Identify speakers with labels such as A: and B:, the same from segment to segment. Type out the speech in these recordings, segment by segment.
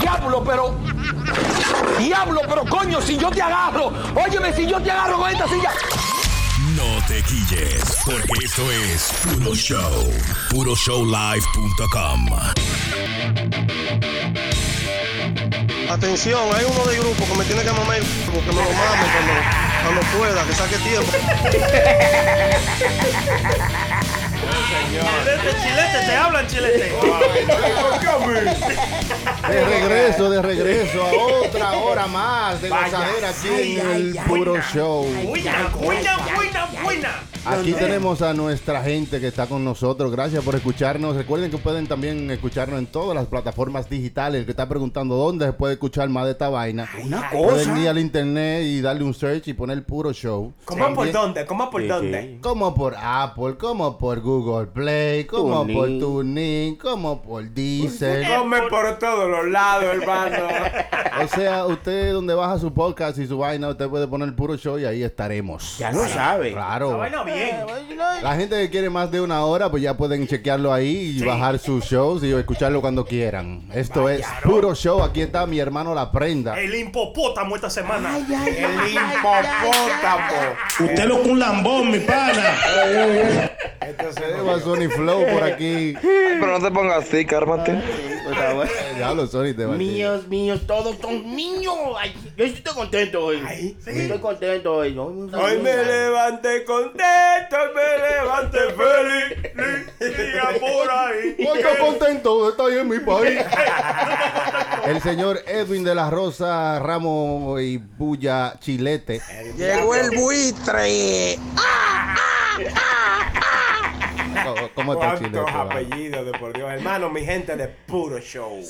A: diablo, pero. Diablo, pero coño, si yo te agarro. Óyeme, si yo te agarro con esta silla.
B: No te quilles, porque esto es Puro Show. PuroShowLive.com.
C: Atención, hay uno de grupo que me tiene que mamar el c- porque me lo mame cuando, cuando pueda, que saque tiempo.
D: Chilete, chilete, te hablan, chilete.
E: De regreso, de regreso a otra hora más de gozadera aquí en el Puro Show.
D: Buena, buena, buena, buena.
E: Aquí tenemos a nuestra gente que está con nosotros. Gracias por escucharnos. Recuerden que pueden también escucharnos en todas las plataformas digitales. El que está preguntando dónde se puede escuchar más de esta vaina.
F: Una
E: Pueden ir
F: cosa.
E: al internet y darle un search y poner Puro Show.
F: ¿Cómo por
E: También-
F: dónde? ¿Cómo por dónde?
E: Como por Apple, como por Google Play, como
F: Tuning.
E: por TuneIn, como por Deezer.
F: Come por todos los lados, hermano.
E: O sea, usted donde baja su podcast y su vaina, usted puede poner el puro show y ahí estaremos.
F: Ya lo sabe.
D: La
E: Claro.
D: vaina Ah, bien.
E: La gente que quiere más de una hora, pues ya pueden chequearlo ahí y bajar sus shows y escucharlo cuando quieran. Esto es puro show. Aquí está mi hermano La Prenda.
F: Eh,
D: El hipopótamo esta semana.
F: El hipopótamo.
G: Usted lo que un lambón, mi pana.
E: Tengo a Sony Flow por aquí.
H: Pero no te pongas así, cármate.
E: Ya lo Sony te va a decir.
I: Míos, míos, todos son míos. Ay, yo sí estoy contento hoy. Estoy contento hoy.
F: Hoy me levanté contento, hoy me levanté feliz.
D: Diga por ahí.
E: Hoy estoy contento de estar en mi país. El señor Edwin de la Rosa Ramos y Bulla Chilete.
C: Llegó el buitre. Ah,
E: ¿Cómo- ¿Cómo está Chilete?
F: Cuántos
E: va?
F: apellidos de por Dios, hermano, mi gente de puro show.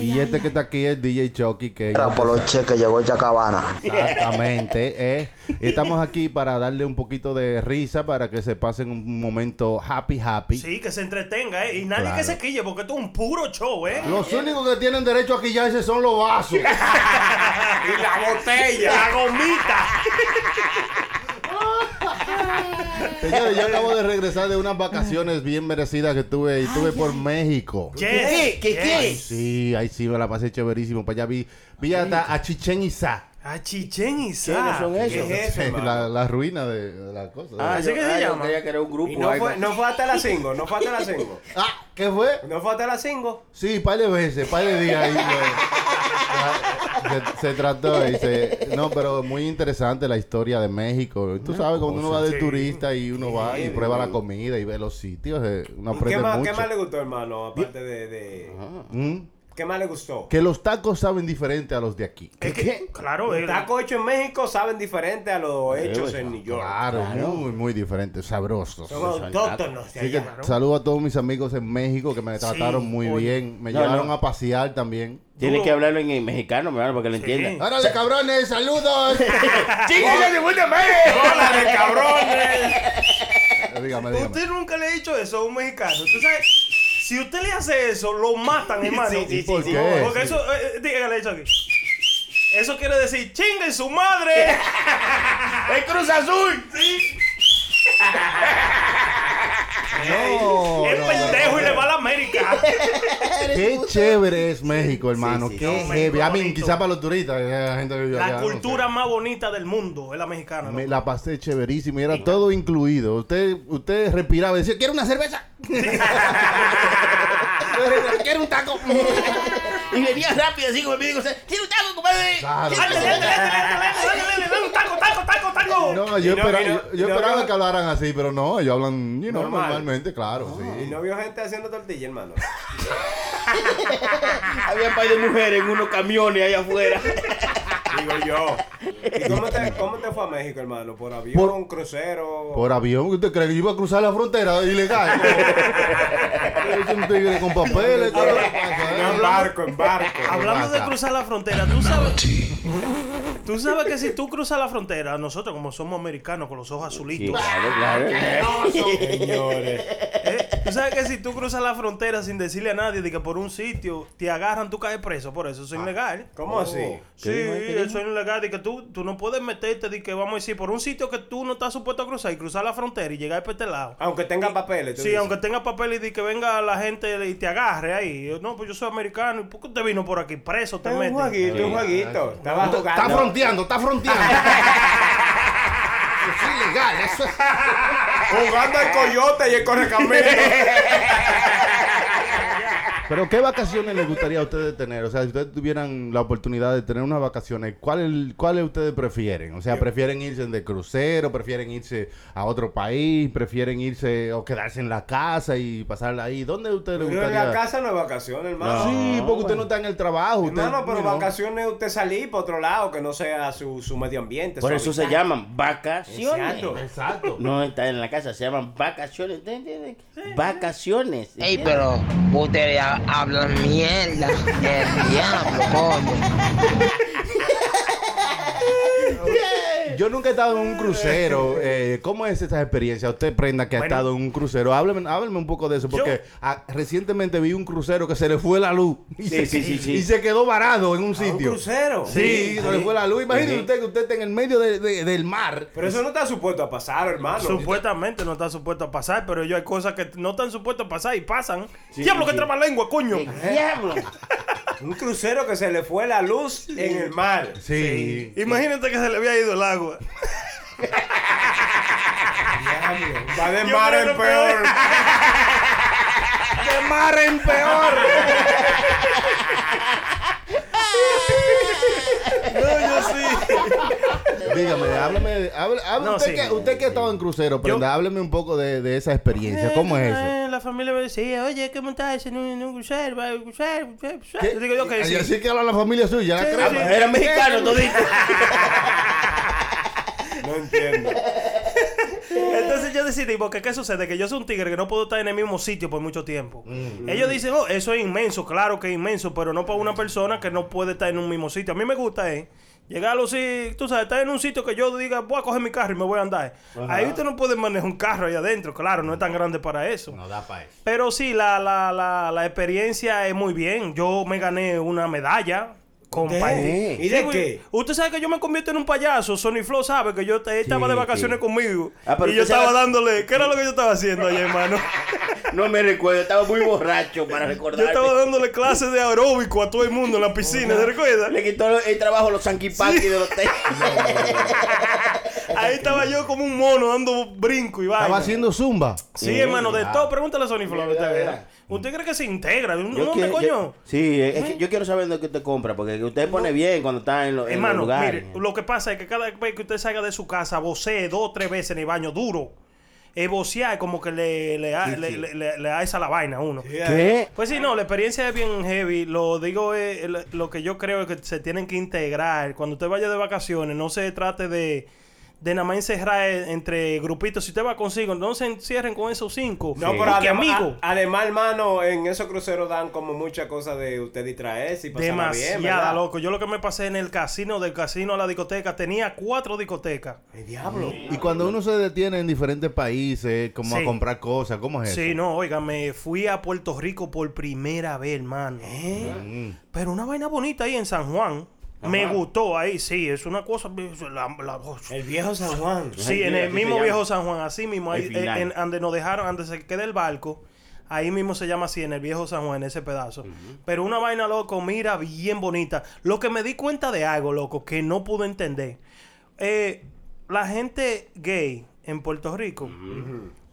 E: Y este que está aquí es DJ Chucky, que
C: que llegó Chacabana.
E: exactamente. eh. Y Estamos aquí para darle un poquito de risa para que se pasen un momento happy, happy.
D: Sí, que se entretenga, ¿eh? Y nadie
E: Claro.
D: que se quille, porque esto es un puro show, ¿eh?
E: Los únicos que tienen derecho a quillarse son los vasos.
F: Y la botella.
D: La gomita.
E: Señores, yo acabo de regresar de unas vacaciones bien merecidas que tuve y tuve por México.
D: Yes,
I: ¿Qué? ¿Qué?
D: yes.
E: Sí, ahí sí me la pasé chéverísimo. Para allá vi, vi hasta a Chichen Itzá.
D: A Ah, Chichen y
I: ¿Quiénes son esos?
F: ¿Qué es eso,
E: La,
F: hermano?
E: la ruina de, de la cosa.
I: Ah,
D: ¿Así
I: yo-
D: que se
I: ah, yo
D: llama?
I: creía que era un grupo.
F: Y no
I: algo
F: fue,
I: así.
F: no fue hasta las 5, no fue hasta las 5.
E: Ah, ¿qué fue?
F: No fue hasta las 5.
E: Sí, par de veces, par de días ahí. güey. Se, se trató y se- No, pero muy interesante la historia de México. Tú sabes, cuando uno va de
D: sí.
E: turista y uno va y prueba la comida y ve los sitios, eh, uno
F: ¿Y qué
E: aprende
F: más,
E: mucho.
F: qué más le gustó, hermano? Aparte de. de...
E: ¿Mm?
F: ¿Qué más le gustó?
E: Que los tacos saben diferente a los de aquí.
D: Es que, claro,
F: Los
D: el,
F: tacos hechos en México saben diferente a los hechos en New York.
E: Pues, Eh, Claro, muy, muy diferente, sabrosos.
F: Son autóctonos de
E: Así que
F: allá.
E: saludo a todos mis amigos en México que me trataron muy bien. Me
I: No,
E: llevaron
I: no.
E: a pasear también.
I: Tiene que hablarlo en, en mexicano, mi hermano, para que lo entienda.
E: ¡Órale, cabrones! ¡Saludos! Eh,
F: ¡Dólares, cabrones!
E: dígame, dígame.
D: Usted nunca le ha dicho eso a un mexicano. Usted sabe, si usted le hace eso, lo matan, hermano.
E: ¿Por qué?
D: Porque eso, eh, eh, dígale eso aquí. Eso quiere decir, chingue su madre.
I: ¡El Cruz Azul!
E: No,
D: es
E: no,
D: pendejo y le va a la América.
E: Qué chévere es México, hermano.
I: sí,
E: Qué
D: no,
E: heavy.
D: México
E: A mí,
D: bonito.
E: quizá para los turistas. eh, La, gente que vive allá,
D: La
E: no
D: cultura
E: sé.
D: más bonita del mundo es la
I: Ah,
D: mexicana. ¿no?
E: Me la pasé chéverísimo y era todo incluido. Usted, usted respiraba y decía, ¿quiere una cerveza?
I: ¡Quiero un taco! y venía rápido, así como me dijo usted, ¡Quiero un taco, compadre!
E: Claro.
D: Dale, dale, dale, dale, dale, dale, dale, dale, taco, taco, taco, taco.
E: No,
F: Y
E: yo,
F: no,
E: espera-
F: y no,
E: yo- yo
F: y no
E: esperaba
F: hablaba-
E: que hablaran así, pero no, ellos hablan you know,
F: Normal.
E: normalmente, claro.
F: Y
E: sí.
F: no vio gente haciendo tortilla, hermano.
I: Había un par de mujeres en unos camiones allá afuera.
F: Digo yo. ¿Y cómo te, cómo te fue a México, hermano? ¿Por avión,
E: Por-
F: crucero?
E: Por avión, ¿usted cree que yo iba a cruzar la frontera ilegal? Yo soy un tigre con papeles. ¿qué le pasa, eh?
F: No, Ah, en Ah, barco, en barco.
D: Hablando de
E: pasa?
D: cruzar la frontera, tú sabes. Tú sabes que si tú cruzas la frontera, nosotros como somos americanos con los ojos azulitos,
I: claro, claro.
F: Señores.
D: eh, Tú sabes que si tú cruzas la frontera sin decirle a nadie de que por un sitio te agarran, tú caes preso por eso.
F: Ah.
D: Eso es ilegal.
E: Oh.
F: ¿Cómo así?
D: Sí, eso es ilegal. De que tú, tú no puedes meterte, de que vamos a decir, por un sitio que tú no estás supuesto a cruzar y cruzar la frontera y llegar para este lado.
F: Aunque tenga papeles. tú
D: Sí,
F: dices.
D: aunque tenga papel y de que venga la gente y te agarre ahí. Yo, No, pues yo soy americano. ¿Y por qué te vino por aquí? Preso te
F: Es un
D: meten.
F: jueguito, un jueguito.
E: Ah,
F: Estaba
E: Está
F: jugando.
E: fronteando, está fronteando. Eso es ilegal, eso es.
F: Jugando al coyote y el correcamino.
E: Pero ¿qué vacaciones les gustaría a ustedes tener? O sea, si ustedes tuvieran la oportunidad de tener unas vacaciones, ¿cuáles cuáles ustedes prefieren? O sea, ¿prefieren irse de crucero? ¿Prefieren irse a otro país? ¿Prefieren irse o quedarse en la casa y pasarla ahí? ¿Dónde a ustedes les
F: Pero en
E: gustaría?
F: la casa no es vacaciones, hermano.
E: Sí, porque usted no está en el trabajo. Usted,
F: Hermano, pero
E: you know.
F: vacaciones usted salir para otro lado que no sea su, su medio ambiente.
I: Por
F: su
I: eso se
F: hábitat.
I: llaman vacaciones.
F: Exacto.
E: Exacto.
I: No está en la casa, se llaman vacaciones. ¿te entiendes? Vacaciones.
J: Ey, pero ustedes ha- hablan mierda del diablo, coño.
E: Yo nunca he estado en un crucero. Eh, ¿Cómo es esa experiencia? Usted, Prenda, que ha
D: Bueno.
E: estado en un crucero. Hábleme, hábleme un poco de eso, porque ah, recientemente vi un crucero que se le fue la luz. Y, se,
I: sí, sí, sí.
E: y se quedó varado en un
F: ¿A un
E: sitio.
F: crucero.
E: Sí, se le fue la luz. Imagínese
F: Sí.
E: usted que usted está en el medio de- de- del mar.
F: Pero eso no está supuesto a pasar, hermano.
D: Supuestamente no está supuesto a pasar, pero yo hay cosas que no están supuestas a pasar y pasan. ¡Diablo, que traba lengua, coño!
I: Diablo.
F: Un crucero que se le fue la luz en el mar.
E: Sí.
D: Imagínate que se le había ido el agua.
F: Va de
D: Yo
F: mar
D: creo
F: en
D: que peor.
F: peor.
D: pues, ¡De mar en peor! no, yo sí.
E: Dígame, háblame. háble- hable-
D: No,
E: usted,
D: sí.
E: que, usted que ha estado en crucero, Prenda, hábleme un poco de, de esa experiencia. ¿Cómo es eso?
D: Eh, La familia me decía, oye, ¿qué montaje en un, en un crucero? va, crucero, crucero, crucero".
E: ¿Qué?
D: Yo digo yo que
E: Y
D: sí.
E: así que habla la familia suya, la
D: Sí,
E: crema.
D: sí.
I: Era mexicano todito.
F: No entiendo.
D: Entonces yo decidí, porque ¿qué sucede? Que yo soy un tigre que no puedo estar en el mismo sitio por mucho tiempo.
E: Mm.
D: Ellos dicen, oh, eso es inmenso, claro que es inmenso, pero no para una persona que no puede estar en un mismo sitio. A mí me gusta, ¿eh? Llegar a los si- tú sabes, estar en un sitio que yo diga, voy a coger mi carro y me voy a andar. Ahí usted no puede manejar un carro ahí adentro, claro, no es tan grande para eso.
E: No da pa' eso.
D: Pero sí, la, la, la, la experiencia es muy bien. Yo me gané una medalla. Con
F: ¿De?
D: payaso.
F: ¿Y de
D: Sí,
F: qué?
D: Usted sabe que yo me convierto en un payaso. Sony Flow sabe que yo te- estaba de vacaciones conmigo.
I: Ah, pero
D: y yo
I: usted
D: estaba
I: sabe-
D: dándole. ¿Qué era lo que yo estaba haciendo allá, hermano?
I: No me recuerdo, estaba muy borracho para
D: yo
I: recordar.
D: estaba dándole clases de aeróbico a todo el mundo en la piscina, ¿te recuerdas?
I: Le quitó el trabajo a los sanquipaquis de los tenis.
D: Ahí estaba yo como un mono dando brinco y
E: Estaba
D: vaina.
E: haciendo zumba.
D: Sí, hermano, de todo. Pregúntale a Sony Flow.
I: Mira,
D: usted
I: mira.
D: verá. ¿Usted cree que se integra? ¿De un-
I: Yo
D: ¿Dónde
I: quiero-
D: coño?
I: yo- sí, es que yo quiero saber lo que usted compra, porque usted pone bien cuando está en, eh. los- en los
D: Hermano,
I: lugares.
D: mire, lo que pasa es que cada vez que usted salga de su casa, vocee dos o tres veces en el baño duro. Eh, vocear como que le, le, ha- le, le- le- le alza la vaina a uno.
I: ¿Qué?
D: Pues sí, no, la experiencia es bien heavy. Lo digo, eh, el- lo que yo creo es que se tienen que integrar. Cuando usted vaya de vacaciones, no se trate de, de nada más encerrar eh, entre grupitos. Si usted va consigo, no se encierren con esos cinco.
F: No, pero
D: Porque,
F: adem-
D: amigo.
F: a- además, ah, hermano, en esos cruceros dan como muchas cosas de usted distraerse y pasarla bien,
D: Demasiada,
F: ¿verdad?
D: loco. Yo lo que me pasé en el casino, del casino a la discoteca, tenía cuatro discotecas.
F: El diablo.
E: Y cuando uno se detiene en diferentes países, como
D: Sí.
E: a comprar cosas, ¿cómo es eso?
D: Sí, no, oiga, me fui a Puerto Rico por primera vez, hermano.
F: ¿Eh?
D: Pero una vaina bonita ahí en San Juan. Me gustó ahí, sí, es una cosa. la- la-
F: El viejo San Juan.
D: sí, en
I: mira,
D: el
I: así
D: mismo
I: se
D: viejo
I: llama.
D: San Juan, así mismo,
I: El
D: ahí, eh,
I: final.
D: en, donde nos dejaron, antes se queda el barco. Ahí mismo se llama así, en el viejo San Juan, en ese pedazo. Pero una vaina, loco, mira, bien bonita. Lo que me di cuenta de algo, loco, que no pude entender. Eh, la gente gay en Puerto Rico,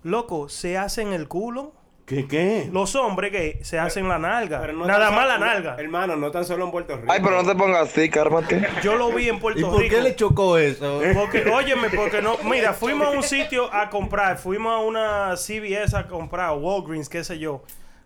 D: loco, se hacen el culo.
I: ¿Qué qué?
D: Los hombres que se hacen la nalga.
F: Pero no
D: Nada
F: tan
D: más la
F: solo-
D: nalga.
F: Hermano, no tan solo en Puerto Rico.
H: Ay, pero no te pongas así, cármate.
D: Yo lo vi en Puerto
E: ¿Y por
D: Rico. Eh.
E: qué le chocó eso?
D: Porque, óyeme, porque no. Mira, fuimos a un sitio a comprar. Fuimos a una CVS a comprar, Walgreens, qué sé yo.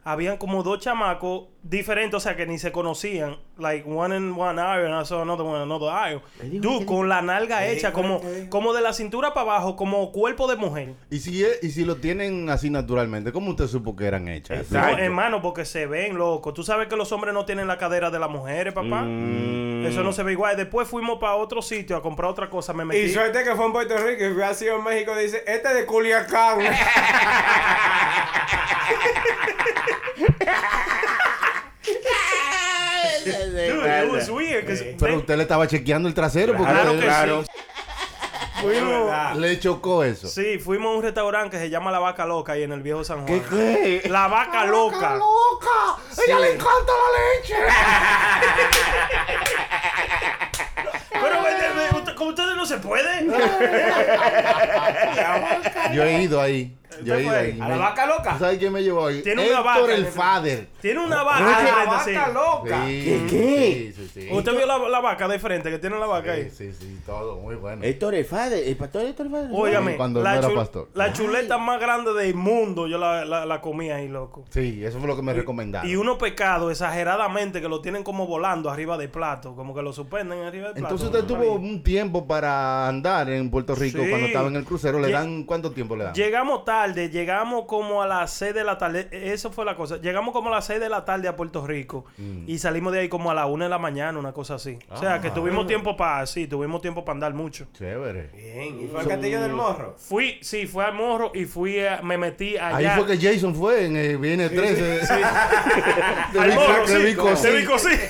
D: Habían como dos chamacos diferentes, o sea, que ni se conocían. Like, one in one eye, and I saw another one in another eye. Dude, con la nalga hecha, como, como de la cintura para abajo, como cuerpo de mujer.
E: ¿Y si, es- y si lo tienen así naturalmente, ¿cómo usted supo que eran hechas?
D: No, hermano, porque se ven, loco. Tú sabes que los hombres no tienen la cadera de las mujeres, papá. Eso no se ve igual. Después fuimos para otro sitio a comprar otra cosa. Me metí.
F: Y suerte que fue en Puerto Rico y fue así en México. Dice, este es de Culiacán.
D: Dude, it was weird, 'cause
E: Pero
D: they-
E: usted le estaba chequeando el trasero porque
D: Claro
E: le,
D: que sí. Fuimos-
E: le chocó eso.
D: Sí, fuimos a un restaurante que se llama La Vaca Loca ahí en el viejo San Juan.
E: ¿Qué, qué?
D: La Vaca Loca.
E: loca! ¡Ella le encanta la leche!
D: Pero eh, eh, usted- como ustedes no se puede.
E: Yo he ido ahí. Yo he ido
D: fue
E: ahí.
F: ¿A
E: Me-
F: la vaca
E: ¿Tú
F: loca?
E: ¿Sabes quién me llevó ahí?
D: Tiene una
E: Héctor
D: vaca.
E: el Fader.
D: Tiene una
F: A
D: vaca. de
F: la
D: frente,
F: vaca
D: sí.
F: loca.
E: Sí,
I: qué?
E: Sí, sí, sí.
D: ¿Usted vio la, la vaca de frente que tiene la vaca ahí?
E: Sí, sí, sí, todo muy bueno.
D: Eh.
I: Héctor el padre, el pastor Héctor el padre.
D: Óigame,
E: Cuando
D: la,
E: no era
D: chul-
E: pastor.
D: la chuleta más grande del mundo yo la, la, la comí ahí, loco.
E: Sí, eso fue lo que me recomendaron.
D: Y uno pecado exageradamente que lo tienen como volando arriba de plato, como que lo suspenden arriba de plato.
E: Entonces usted tuvo un tiempo para andar en Puerto Rico
D: Sí.
E: cuando estaba en el crucero. ¿Le
D: Lle-
E: dan cuánto tiempo le dan?
D: Llegamos tarde, llegamos como a las 6 de la tarde. e-, Eso fue la cosa. Llegamos como a las 6 de la tarde a Puerto Rico
E: Mm.
D: y salimos de ahí como a las 1 de la mañana, una cosa así. o sea,
E: Ah.
D: que tuvimos tiempo para sí, tuvimos tiempo para andar mucho.
E: Chévere.
F: Bien, y fue al castillo del morro.
D: Fui, sí, fui al morro y fui a- me metí
E: Ahí
D: allá.
E: fue que Jason fue en eh, Viene 13. De
D: al
E: Vico-
D: morro,
E: de
D: sí.
E: Vico-
D: de Vico, sí.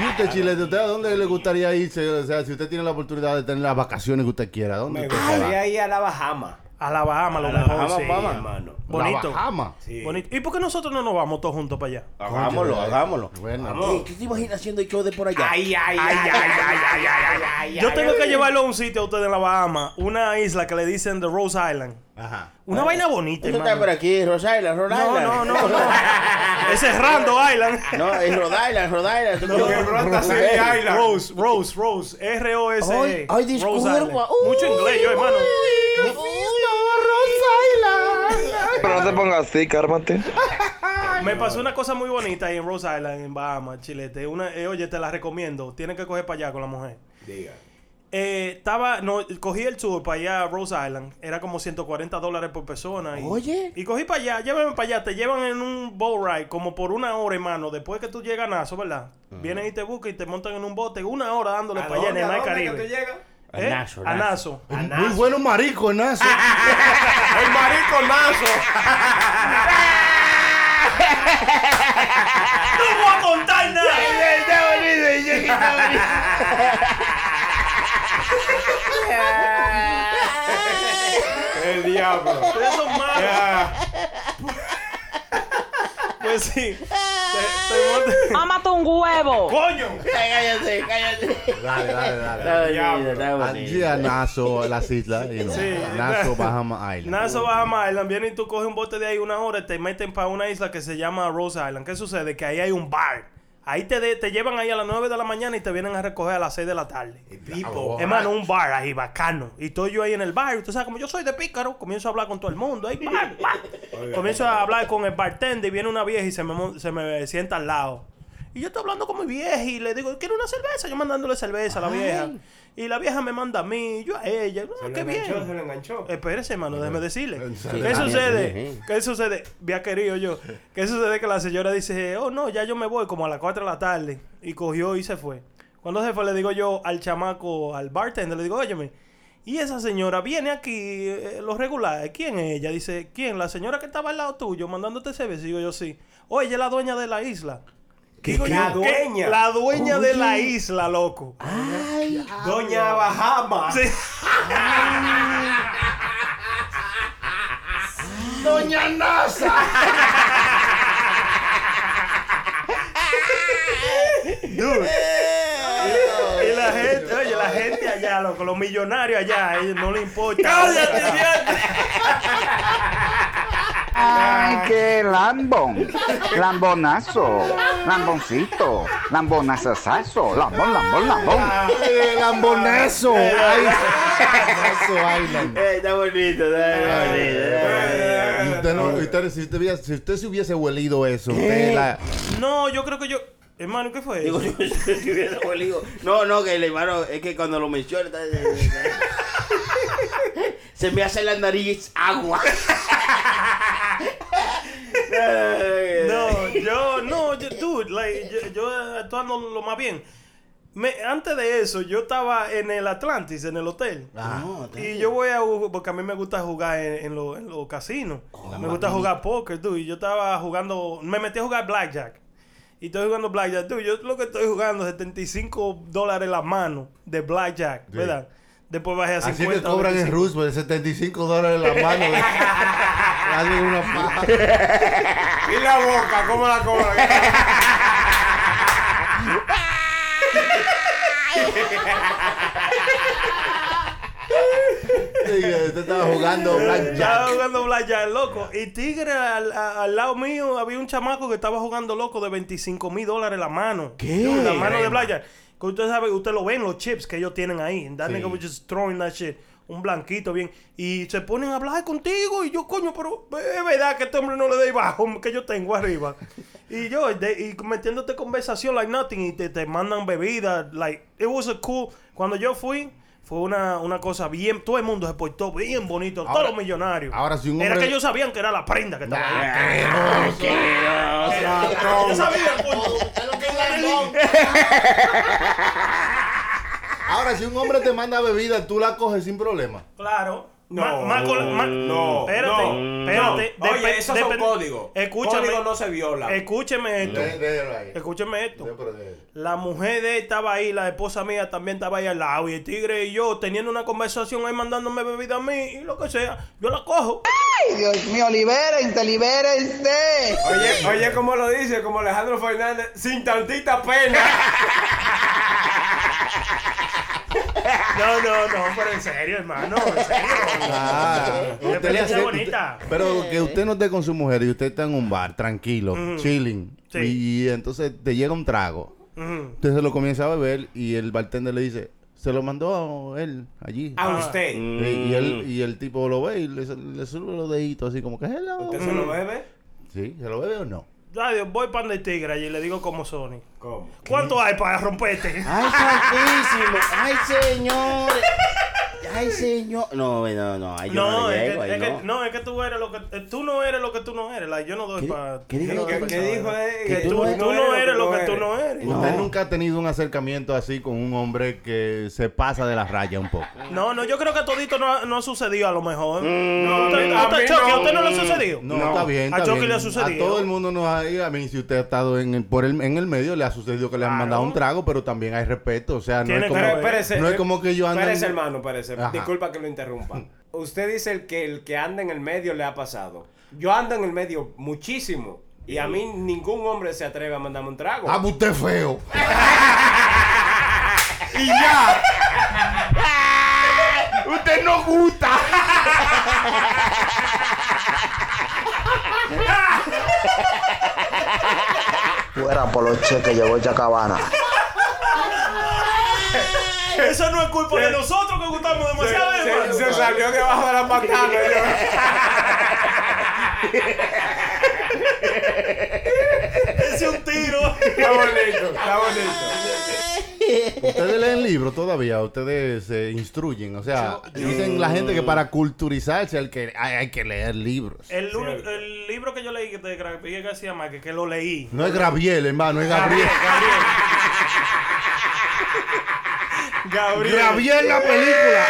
E: ¿Y usted, Chilete, usted a dónde le gustaría irse? O sea, si usted tiene la oportunidad de tener las vacaciones que usted quiera, ¿a dónde
F: Me
E: usted se va?
F: gustaría ir a la Bahama.
D: A la Bahama, lo
F: A la
D: mejor,
F: Bahama,
D: sí,
F: Bahama. hermano.
D: Bonito.
E: La Bahama.
F: Sí.
D: Bonito. ¿Y por qué nosotros no nos vamos todos juntos para allá?
I: Hagámoslo,
E: Cónchale.
I: hagámoslo.
E: Bueno.
I: Ey, ¿Qué te imaginas haciendo el show de por allá?
F: Ay, ay, ay, ay, ay, ay, ay, ay,
D: Yo tengo que llevarlo a un sitio a ustedes en la Bahama, una isla que le dicen The Rose Island.
E: Ajá.
F: Ah,
D: Una vaina bonita,
I: Eso está
D: hermano.
I: por aquí, Rhode Island, Rhode
D: No,
I: Island.
D: no, no, no. Ese es Rando Island.
I: No, es Rhode Island, Rhode Island.
F: Lo que brota se ve Island.
D: Rose, Rose, Rose. R-O-S-E.
I: Ay,
D: E.
I: ay,
D: Rose
I: disculpa.
D: Island. Mucho inglés, yo, hermano.
H: Pero no te pongas así, cármate.
D: Me pasó una cosa muy bonita ahí en Rose Island, en Bahamas, Chilete. Una, eh, oye, te la recomiendo. Tienes que coger para allá con la mujer.
F: Diga.
D: Eh, estaba, no, cogí el tour para allá a Rose Island. Era como 140 dólares por persona. Y,
I: Oye.
D: Y cogí para allá, llévame para allá. Te llevan en un boat ride como por una hora, hermano. Después que tú llegas a Nazo, ¿verdad? Vienen y te buscan y te montan en un bote. Una hora dándole
F: ¿A
D: para allá en
F: dónde,
D: el
F: a
D: mar
F: dónde que tú
D: Caribe. ¿Eh?
F: llegas?
I: A Nassau,
D: A
I: Nassau.
D: Nazo.
E: Muy buenos maricos, Nazo.
F: El marico nazo.
D: ¡No voy a contar nada!
F: El diablo.
D: Ustedes son malos.
F: Ah,
D: Pues sí. Te, te montan-
K: ¡Ámate un huevo!
D: ¡Coño!
I: Cállate, cállate.
E: Dale, dale, dale.
I: Está bonito, está
E: Allí
I: bonito.
E: a Nazo, a las islas. you know.
D: Sí.
E: Nazo, Bahama Island.
D: Nazo Bahama Island vienen y tú coges un bote de ahí una hora y te meten para una isla que se llama Rose Island. ¿Qué sucede? Que ahí hay un bar. Ahí te, de- te llevan ahí a las 9 de la mañana y te vienen a recoger a las 6 de la tarde.
F: Tipo.
D: Hermano, un bar ahí bacano. Y estoy yo ahí en el bar. Y tú sabes, como yo soy de pícaro, comienzo a hablar con todo el mundo. Ahí, pa, pa. Comienzo a hablar con el bartender y viene una vieja y se me, mon- se me sienta al lado. Y yo estoy hablando con mi vieja y le digo, quiero una cerveza. Yo mandándole cerveza a la vieja. Y la vieja me manda a mí, yo a ella. Ah,
F: Se lo
D: qué bien.
F: enganchó, se lo enganchó.
D: Espérese, hermano, déjeme decirle. ¿Qué
I: ah,
D: sucede?
I: bien, bien.
D: ¿Qué sucede? Había querido yo. ¿Qué sucede? Que la señora dice, oh no, ya yo me voy como a las 4 de la tarde. Y cogió y se fue. Cuando se fue, le digo yo al chamaco, al bartender, le digo, óyeme, y esa señora viene aquí, eh, los regulares, ¿quién es ella? Dice, ¿quién? La señora que estaba al lado tuyo mandándote cerveza. Digo yo, sí. Oye, ella es la dueña de la isla. Digo yo,
F: La
D: ¿qué?
F: dueña.
D: La dueña de la isla, loco.
F: Doña Bahama.
D: Sí.
E: Doña Naza.
D: Y la gente, oye, la gente allá, loco, los millonarios allá, a ellos no les importa. ¡Cállate,
J: Ay, qué lambón. Lambonazo. Lamboncito. Lambonazazazo. Lambón, lambón, lambón.
E: El ambonazo. Ay, Nazo Island.
I: Ey, Está bonito, está bonito. está bonito.
E: Y usted no- usted- si, usted, hubiese- si usted se hubiese huelido eso, usted la-
D: No, yo creo que yo. Hermano, ¿qué fue?
I: Digo,
D: eso?
I: yo si hubiese olido. No, no, que el hermano, es que cuando lo menciona, está- eh, se me hace la nariz agua.
D: No, yo, no, yo, dude, like, yo, yo actuando lo más bien. Me- antes de eso, yo estaba en el Atlantis, en el hotel.
I: Ah,
D: Y yo voy a ju- porque a mí me gusta jugar en, en los en los casinos.
E: Oh,
D: me gusta jugar póker, dude. Y yo estaba jugando, me metí a jugar blackjack. Y estoy jugando blackjack, dude. Yo lo que estoy jugando es 75 dólares la mano de blackjack,
E: Sí.
D: ¿verdad? Después bajé a 50.
E: Así que
D: o
E: cobran en
D: 25.
E: Roosevelt 75 dólares la mano. de- Hazle una paja.
F: Y la boca, ¿cómo la cobra?
E: Sí, que Usted estaba jugando
D: Estaba
E: blackjack.
D: jugando blackjack, loco. Y Tigre, al, a- al lado mío, había un chamaco que estaba jugando loco de 25 mil dólares la mano. ¿Qué? La mano de blackjack. Que usted sabe, usted lo ven, los chips que ellos tienen ahí. And that
E: Sí.
D: nigga was just throwing that shit. Un blanquito bien. Y se ponen a hablar contigo. Y yo, coño, pero es verdad que este hombre no le doy bajo que yo tengo arriba. y yo, de- y metiéndote conversación like nothing. Y te, te mandan bebidas. Like, it was a cool. Cuando yo fui, fue una, una cosa bien. Todo el mundo se portó bien bonito.
E: Ahora-
D: todos los millonarios.
E: ahora si un
D: Era
E: hombre-
D: que ellos sabían que era la prenda que estaba ahí.
E: Ah,
F: Ratón.
D: Yo sabía, coño.
E: Ahora, si un hombre te manda bebida, tú la coges sin problema.
D: Claro.
F: No,
D: Ma- ma- con- ma-
F: no,
D: espérate,
F: no,
D: espérate.
F: no. Oye,
D: Depe-
F: esos son
D: depe-
F: códigos.
D: Escúchame,
F: Código no se viola.
D: Escúcheme esto.
E: Dé- déjelo ahí.
D: Escúcheme esto.
E: Dé- pero déjelo.
D: La mujer de él estaba ahí, la esposa mía también estaba ahí al lado. Y el tigre y yo teniendo una conversación ahí mandándome bebida a mí y lo que sea. Yo la cojo.
J: Ay, Dios mío, libérense, libérense.
F: Oye, oye, como lo dice, como Alejandro Fernández, sin tantita pena.
D: No, no, no, pero en serio, hermano. En
E: Ah,
D: serio.
E: usted le
D: Una
E: hace-
D: experiencia bonita.
E: usted- pero que usted no esté con su mujer y usted está en un bar, tranquilo, chilling.
D: Sí.
E: Y, entonces te llega un trago.
D: Ujú.
E: Usted se lo comienza a beber y el bartender le dice, se lo mandó él allí.
D: Ah.
F: A usted.
E: Y, y él, y el tipo lo ve y le, le sube los deditos así como que hello.
F: ¿Usted se lo bebe?
E: Sí, ¿se lo bebe o no?
D: Mm. Ay, Dios, voy pan de tigre allí y le digo como Sony.
F: ¿Cómo?
D: ¿Cuánto hay para romperte?
I: Ay, santísimo. Ay, señor. Ay, señor. No, no, no. Ay, yo no,
D: No,
I: le
D: es
I: llego,
D: que,
I: ay,
D: es que-
I: no.
D: no, es que tú eres lo que eh, tú no eres lo que tú no eres. Like, yo no doy para
I: qué dijo?
F: ¿Qué, qué dijo él?
I: Que
D: tú, tú no eres lo que tú no eres.
E: Usted nunca ha tenido un acercamiento así con un hombre que se pasa de la raya un poco.
D: No, no, yo creo que a todito no ha, no ha sucedido a lo mejor.
E: Mm,
D: no, usted,
F: a mí
D: usted, Chucky,
F: no.
D: ¿a usted no le ha sucedido?
E: No, está bien.
D: A
E: está
D: Chucky
E: bien.
D: le ha sucedido.
E: A todo el mundo nos ha ido. A mí, si usted ha estado en el, por el, en el medio, le ha sucedido que le han
D: Claro.
E: mandado un trago, pero también hay respeto. O sea, no
D: Tiene
E: es
D: que
E: como,
D: eh,
F: Pero
D: haber.
F: espérese.
E: no es como que yo ando.
F: Espérese, hermano, espérese.
E: Ajá.
F: Disculpa que lo interrumpa. Usted dice el que el que anda en el medio le ha pasado. Yo ando en el medio muchísimo. Y a mí ningún hombre se atreve a mandarme un trago.
E: Ah, pues usted es feo.
F: ¡Y ya!
E: usted no gusta.
H: Fuera por los cheques, llegó el Chacabana.
D: Eso no es culpa de nosotros que gustamos demasiado,
F: Se,
D: hermano.
F: se salió debajo de la pantalla.
D: Ese es un tiro.
F: Está bonito, está bonito.
E: Ustedes leen libros todavía. Ustedes se instruyen. O sea, dicen la gente que para culturizarse hay que, hay, hay que leer libros.
D: El, único- el libro que yo leí de Gabriel García Márquez, que lo leí.
E: No es Gabriel, hermano, es Gabriel.
D: Gabriel.
E: Gabriel la película.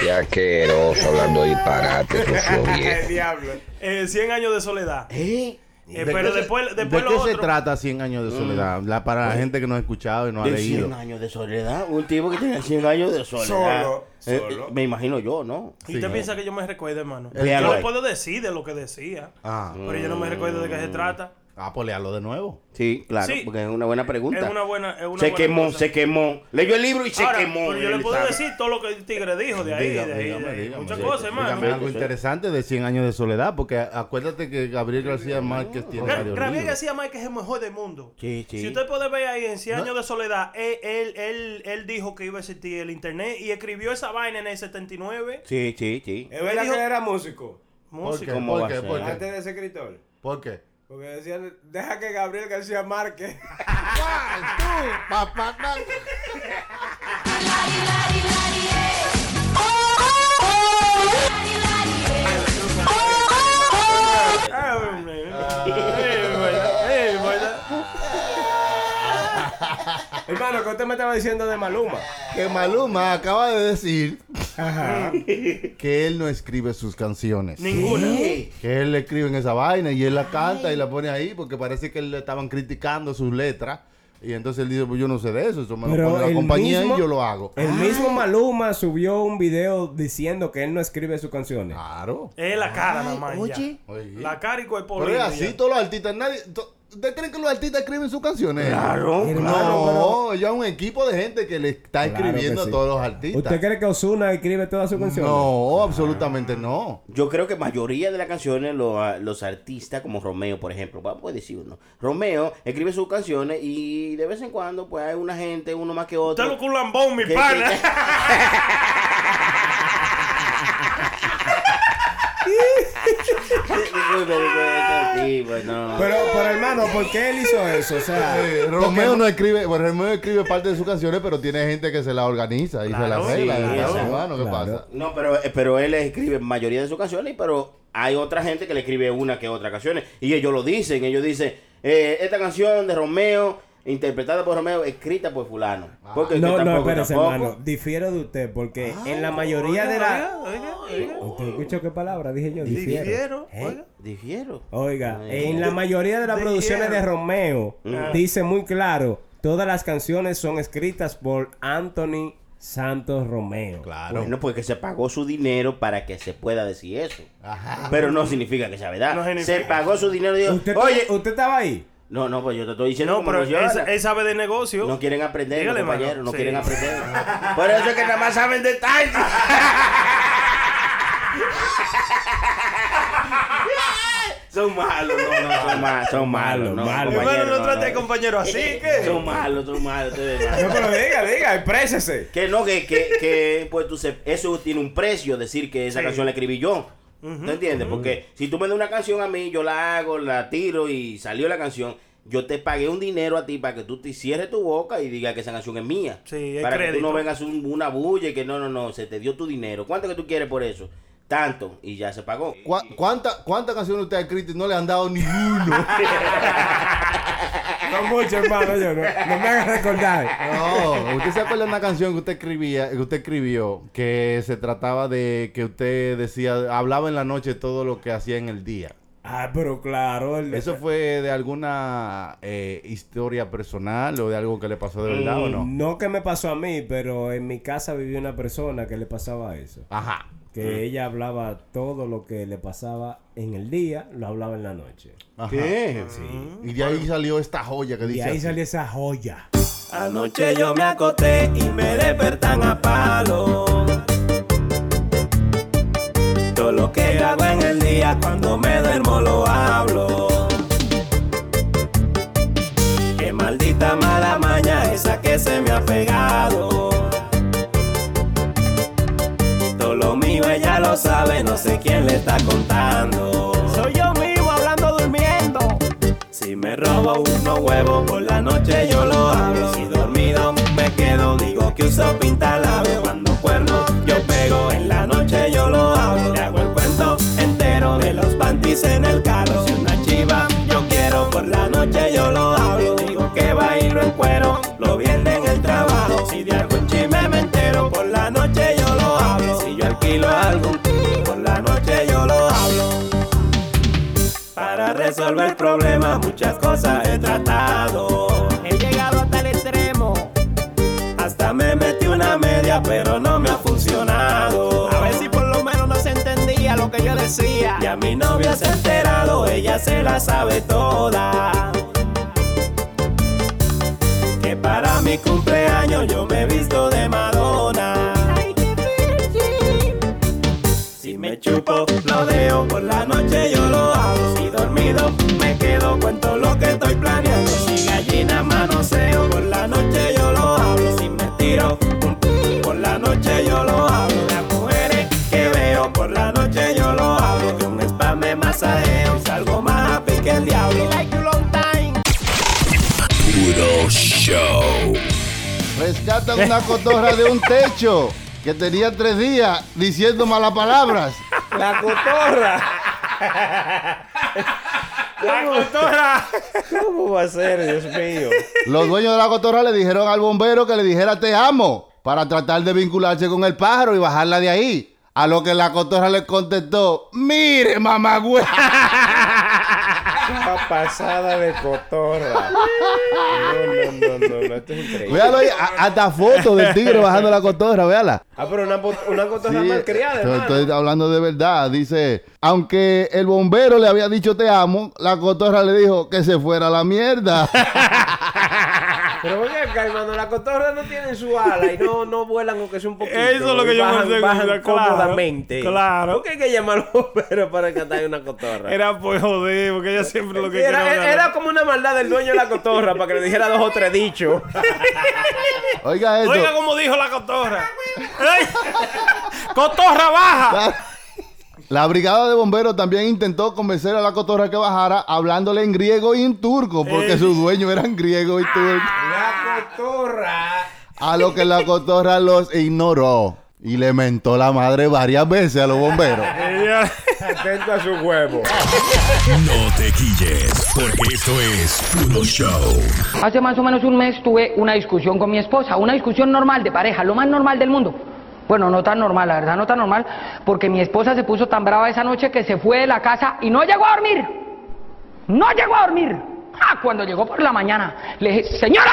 H: Qué asqueroso, hablando disparate, sucio
F: El
H: viejo.
F: diablo.
D: Eh, 100 años de soledad.
I: ¿Eh?
D: Eh, pero
E: qué
D: después,
E: se-
D: después
E: ¿De
D: lo
E: qué se
D: otro.
E: trata 100 años de soledad? La, para la gente que no ha escuchado y no ha
I: De
E: leído.
I: 100 años de soledad. Un tipo que tiene 100 años de soledad.
F: Solo,
I: Eh,
F: solo.
I: eh, me imagino yo, ¿no?
D: ¿Y usted piensa que yo me recuerdo, hermano?
I: El
D: yo
I: diablo.
D: no puedo decir de lo que decía,
E: Ah.
D: pero yo no me recuerdo de qué
F: Mm.
D: se trata.
E: Ah, pues léalo de nuevo.
I: Sí, claro.
D: Sí.
I: Porque es una buena pregunta.
D: Es una buena. Es una
I: se
D: buena
I: quemó,
D: cosa.
I: se quemó. Leyó el libro y se
D: Ahora,
I: quemó.
D: pero yo le
I: el
D: puedo
I: examen.
D: decir todo lo que el tigre dijo de ahí, de ahí, de ahí.
E: dígame,
D: Muchas
E: sí.
D: cosas, hermano.
E: Dígame algo interesante de 100 años de soledad, porque acuérdate que Gabriel García Márquez tiene
D: Gra-
E: varios
D: Gabriel
E: libros.
D: García Márquez es el mejor del mundo.
I: Sí, sí.
D: Si usted puede ver ahí en 100 años de soledad, él, él, él, él dijo que iba a existir el internet y escribió esa vaina en el 79.
I: Sí, sí, sí.
F: Es verdad
D: Él dijo-
F: que era músico.
D: Música.
E: ¿Por qué?
I: ¿Cómo
E: ¿Por
I: va a
E: qué?
I: ser?
E: ¿Por
F: Antes
E: qué?
F: de ese escritor.
E: ¿Por qué?
F: Porque decían, deja que Gabriel García Márquez.
E: Papá, papá.
D: Ay, me- Ay, me- ay, me-
F: Hermano, ¿qué usted me estaba diciendo de Maluma?
E: Que Maluma acaba de decir que él no escribe sus canciones.
D: Ninguna.
E: Que él le escribe en esa vaina y él la canta y la pone ahí porque parece que le estaban criticando sus letras. Y entonces él dice, pues yo no sé de eso, eso me lo
F: Pero
E: pone la
F: el
E: compañía
F: mismo-
E: y yo lo hago.
F: El mismo Maluma subió un video diciendo que él no escribe sus canciones.
E: Claro.
D: Es la cara, nada más. Oye.
E: Oye.
D: La cara y cuerpo
E: Pero es
D: lindo,
E: así,
D: ya.
E: todos los artistas, nadie... to- ¿Ustedes creen que los artistas escriben sus canciones?
I: Claro,
E: No, ellos es un equipo de gente que le está
F: Claro
E: escribiendo
F: que sí.
E: a todos los artistas.
F: ¿Usted cree que Osuna escribe todas sus canciones?
E: No, absolutamente no.
I: Yo creo que mayoría de las canciones lo- a- los artistas, como Romeo, por ejemplo, vamos a decir uno. Romeo escribe sus canciones y de vez en cuando pues hay una gente, uno más que
D: Usted
I: otro.
D: lo un lambón, mi
I: que-
D: pana.
I: que- Sí, pues, no.
F: Pero, pero hermano, ¿por qué él hizo eso? O sea,
E: Eh, Romeo no escribe, bueno, Romeo escribe parte de sus canciones, pero tiene gente que se la organiza y se la
D: Claro,
E: arregla.
I: sí,
E: Entonces,
I: claro,
E: hermano, ¿qué
F: claro.
E: pasa?
I: No, pero, eh, pero él escribe mayoría de sus canciones, pero hay otra gente que le escribe una que otra canciones. Y ellos lo dicen, ellos dicen, eh, esta canción de Romeo, interpretada por Romeo, escrita por fulano. Porque usted
F: Ah. no, no,
I: tampoco,
F: espérese,
I: tampoco.
F: hermano. Difiero de usted, porque en la mayoría
D: Oiga,
F: de la.
D: oiga, oiga, oiga.
F: ¿Usted escuchó qué palabra? Dije yo, difiero.
D: Difiero,
F: ¿Eh?
D: oiga.
I: Difiero.
F: Oiga,
I: Ay.
F: en la mayoría de las
D: De
F: producciones de
D: hierro.
F: Romeo, dice muy claro, todas las canciones son escritas por Anthony Santos Romeo.
E: Claro.
I: Bueno, porque se pagó su dinero para que se pueda decir eso. Pero no significa que sea verdad.
D: No significa.
I: Se pagó su dinero y dijo,
F: ¿Usted,
I: oye,
F: ¿Usted estaba ahí?
I: no, no, pues yo te estoy diciendo
D: No,
I: como
D: pero
I: yo,
D: él, sa- él sabe de negocio.
I: No quieren aprender,
D: Dígale,
I: compañeros,
D: mano.
I: no
D: Sí.
I: quieren aprender. Por eso es que nada más saben detalles. son malos, no, no, son malos, son malos, no,
F: Malo,
I: compañero,
D: Hermano, no
I: no,
D: trate de
I: no.
D: compañero así, que.
I: Son malos, son malos, ustedes malos.
F: No, pero diga, diga, exprésese.
I: Que no, que, que, que pues, tú se- eso tiene un precio, decir que esa
D: Sí.
I: canción la escribí yo. ¿Te entiendes? Porque si tú me das una canción a mí, yo la hago, la tiro y salió la canción. Yo te pagué un dinero a ti para que tú te cierres tu boca y digas que esa canción es mía.
D: Sí, es
I: para que tú
D: crédito.
I: no vengas un- una bulla y que no, no, no, se te dio tu dinero. ¿Cuánto que tú quieres por eso? Tanto. Y ya se pagó.
E: ¿Cuántas cuántas canciones usted ha escrito y no le han dado ni uno?
F: No mucho, hermano, yo no, no me haga recordar.
E: No, usted se acuerda de una canción que usted escribía, que usted escribió, que se trataba de que usted decía, hablaba en la noche todo lo que hacía en el día.
F: Ah, pero claro. el-
E: ¿Eso fue de alguna eh, historia personal o de algo que le pasó de verdad o no?
F: No que me pasó a mí, pero en mi casa vivía una persona que le pasaba eso.
E: Ajá.
F: Que
G: Mm.
F: ella hablaba todo lo que le pasaba en el día, lo hablaba en la noche.
E: Ajá. ¿Qué? Y de ahí salió esta joya que
F: Y
E: dice.
F: Ah. ahí
E: así.
F: salió esa joya.
A: Anoche yo me acoté y me despertan a palo. Todo lo que hago en el día cuando me duermo lo hablo. Qué maldita mala maña esa que se me ha pegado. Todo lo mío ella lo sabe, no sé quién le está contando. Soy yo mismo hablando durmiendo. Si me robo unos huevos por la noche yo lo hablo. Si dormido me quedo, digo que uso pintalabio. Cuando cuerno yo pego, en la noche yo lo hablo. Le hago el cuento entero de los panties en el carro. Si una chiva yo quiero, por la noche yo lo hablo. Digo que bailo en cuero, lo viene en el trabajo. Si de algún chisme me entero, por la noche yo lo hablo. Si yo alquilo algo, por la noche yo lo hablo. Para resolver problemas muchas cosas he tratado. He llegado hasta el extremo. Hasta me metí una media, pero no me ha funcionado. A ver si por lo menos no se entendía lo que yo decía. Y a mi novia se ha enterado, ella se la sabe toda. Que para mi cumpleaños yo me he visto de Madonna. Si me chupo, lo dejo, por la noche yo lo hago. Si dormido, me quedo, cuento lo que estoy planeando. Si gallina manoseo, por la noche yo lo hablo. Si me tiro, un p- por la noche yo lo hablo. Las mujeres que veo, por la noche yo lo hablo. De un
B: Show.
E: Rescatan una cotorra de un techo que tenía tres días diciendo malas palabras.
F: La cotorra. La cotorra. ¿Cómo va a ser, Dios mío?
E: Los dueños de la cotorra le dijeron al bombero que le dijera te amo para tratar de vincularse con el pájaro y bajarla de ahí. A lo que la cotorra le contestó, mire mamá güey.
F: Una pasada de cotorra. No, no, no, no, no, esto es increíble.
E: Véalo ahí, a- hasta fotos del tigre bajando la cotorra, véala.
F: Ah, pero una, pot- una cotorra
E: Sí,
F: mal criada,
E: estoy,
F: hermano.
E: estoy hablando de verdad. Dice, aunque el bombero le había dicho te amo, la cotorra le dijo que se fuera a la mierda.
F: Pero oye, acá, hermano, las cotorras no tienen su ala y no, no vuelan aunque sea un poquito.
D: Eso es lo que
F: y
D: yo
F: bajan,
D: pensé,
F: bajan
D: mira, claro,
F: cómodamente.
D: claro.
F: ¿Por qué hay que llamar a los bomberos para rescatar una cotorra?
D: Era pues joder, porque ella siempre lo que
F: Era-
D: quiere
F: era,
D: hablar.
F: era como una maldad del dueño de la cotorra para que le dijera dos o tres dichos.
E: Oiga esto.
D: Oiga como dijo la cotorra. Ay, ¡Cotorra baja!
E: La brigada de bomberos también intentó convencer a la cotorra que bajara hablándole en griego y en turco, porque sus dueños eran griego y turco.
F: La cotorra.
E: A lo que la cotorra los ignoró y le mentó la madre varias veces a los bomberos.
D: Ella-
F: Atento a su huevo.
B: No te quilles, porque esto es puro show.
J: Hace más o menos un mes tuve una discusión con mi esposa, una discusión normal de pareja, lo más normal del mundo. Bueno, no tan normal, la verdad no tan normal, porque mi esposa se puso tan brava esa noche que se fue de la casa y no llegó a dormir. No llegó a dormir. Ah, cuando llegó por la mañana, le dije, señora,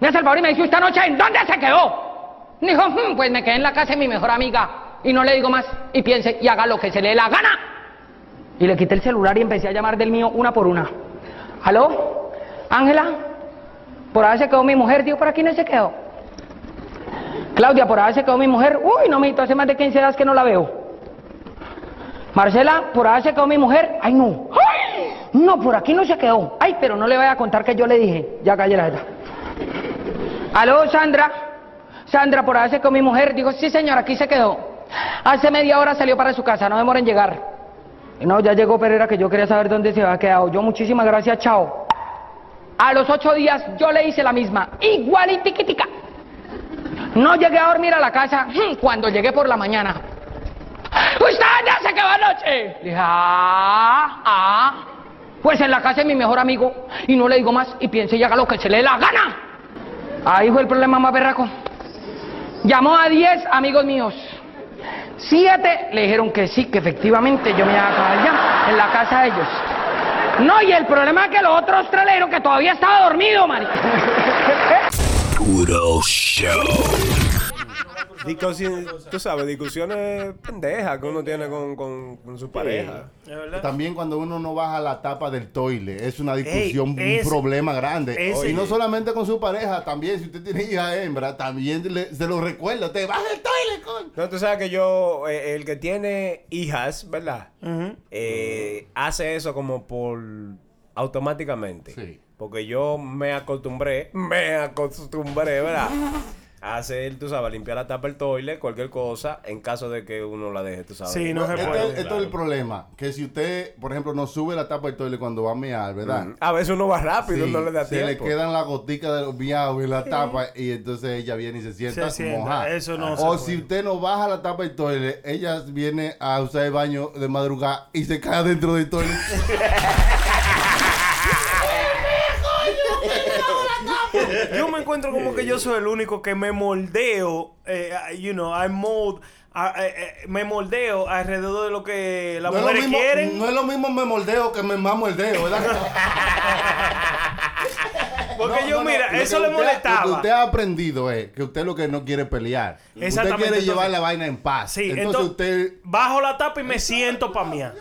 J: me hace el favor y me dice, ¿esta noche en dónde se quedó? Me dijo, "Hmm, pues me quedé en la casa de mi mejor amiga y no le digo más y piense y haga lo que se le dé la gana. Y le quité el celular y empecé a llamar del mío una por una. ¿Aló? Ángela, por ahí se quedó mi mujer, digo, ¿por aquí no se quedó? Claudia, por ahí se quedó mi mujer. Uy, no, mijito, hace más de 15 días que no la veo. Marcela, por ahí se quedó mi mujer. Ay, no. ¡Ay! No, por aquí no se quedó. Ay, pero no le vaya a contar que yo le dije. Ya calle la jeta. Aló, Sandra. Sandra, por ahí se quedó mi mujer. Digo, sí, señora, aquí se quedó. Hace media hora salió para su casa, no demora en llegar. Y No, ya llegó Pereira, que yo quería saber dónde se había quedado. Yo, muchísimas gracias, chao. A los ocho días yo le hice la misma, igual y tiquitica. No llegué a dormir a la casa hmm, cuando llegué por la mañana. ¿Usted dónde se quedó anoche? Le dije, ah, ah. Pues en la casa de mi mejor amigo. Y no le digo más y piense y haga lo que se le dé la gana. Ahí fue el problema más berraco. Llamó a diez amigos míos. Siete le dijeron que sí, que efectivamente yo me iba a acabar ya en la casa de ellos. No, y el problema es que los otros tres le dijeron que todavía estaba dormido, marica.
B: Puro show.
F: Discusi- tú sabes, discusiones pendejas que uno tiene con, con, con su pareja.
E: También cuando uno no baja la tapa del toile, es una
D: discusión,
E: discusión,
D: Ey, un ese-
E: un problema grande.
D: ese-
E: y no solamente con su pareja, también si usted tiene hija hembra, también se lo recuerda, te baja el toile, coño.
F: No, tú sabes que yo, eh, el que tiene hijas, ¿verdad? Eh, hace eso como por automáticamente.
E: Sí.
F: Porque yo me acostumbré, me acostumbré, ¿verdad? A hacer, tú sabes, limpiar la tapa del toile, cualquier cosa, en caso de que uno la deje, tú sabes.
D: Sí, no se
E: Esto,
D: puede.
E: esto es el problema, que si usted, por ejemplo, no sube la tapa del toile cuando va a mear, ¿verdad?
F: A veces uno va rápido,
E: Sí,
F: no le da
E: se le
F: tiempo.
E: quedan las goticas de los miados y la tapa y entonces ella viene y se sienta,
D: Se sienta,
E: mojada.
D: eso no se
E: o
D: puede.
E: si usted no baja la tapa del toilet, ella viene a usar el baño de madrugada y se cae dentro del toilet. este,
D: Yo me encuentro como que yo soy el único que me moldeo, eh, I- you know, I mold, I- I- I- me moldeo alrededor de lo que las
E: no, es lo
D: mujeres
E: mismo,
D: quieren.
E: no es lo mismo me moldeo que me mamo el dedo, ¿verdad?
D: porque
E: No,
D: yo,
E: no, no,
D: mira,
E: lo que
D: eso le
E: usted ha-
D: molestaba.
E: Lo que usted ha aprendido es que usted lo que no quiere es pelear. Usted
D: Exactamente,
E: quiere llevar
D: entonces-
E: la vaina en paz.
D: Sí,
E: entonces,
D: entonces-
E: usted...
D: Bajo la tapa y me siento pa' mía.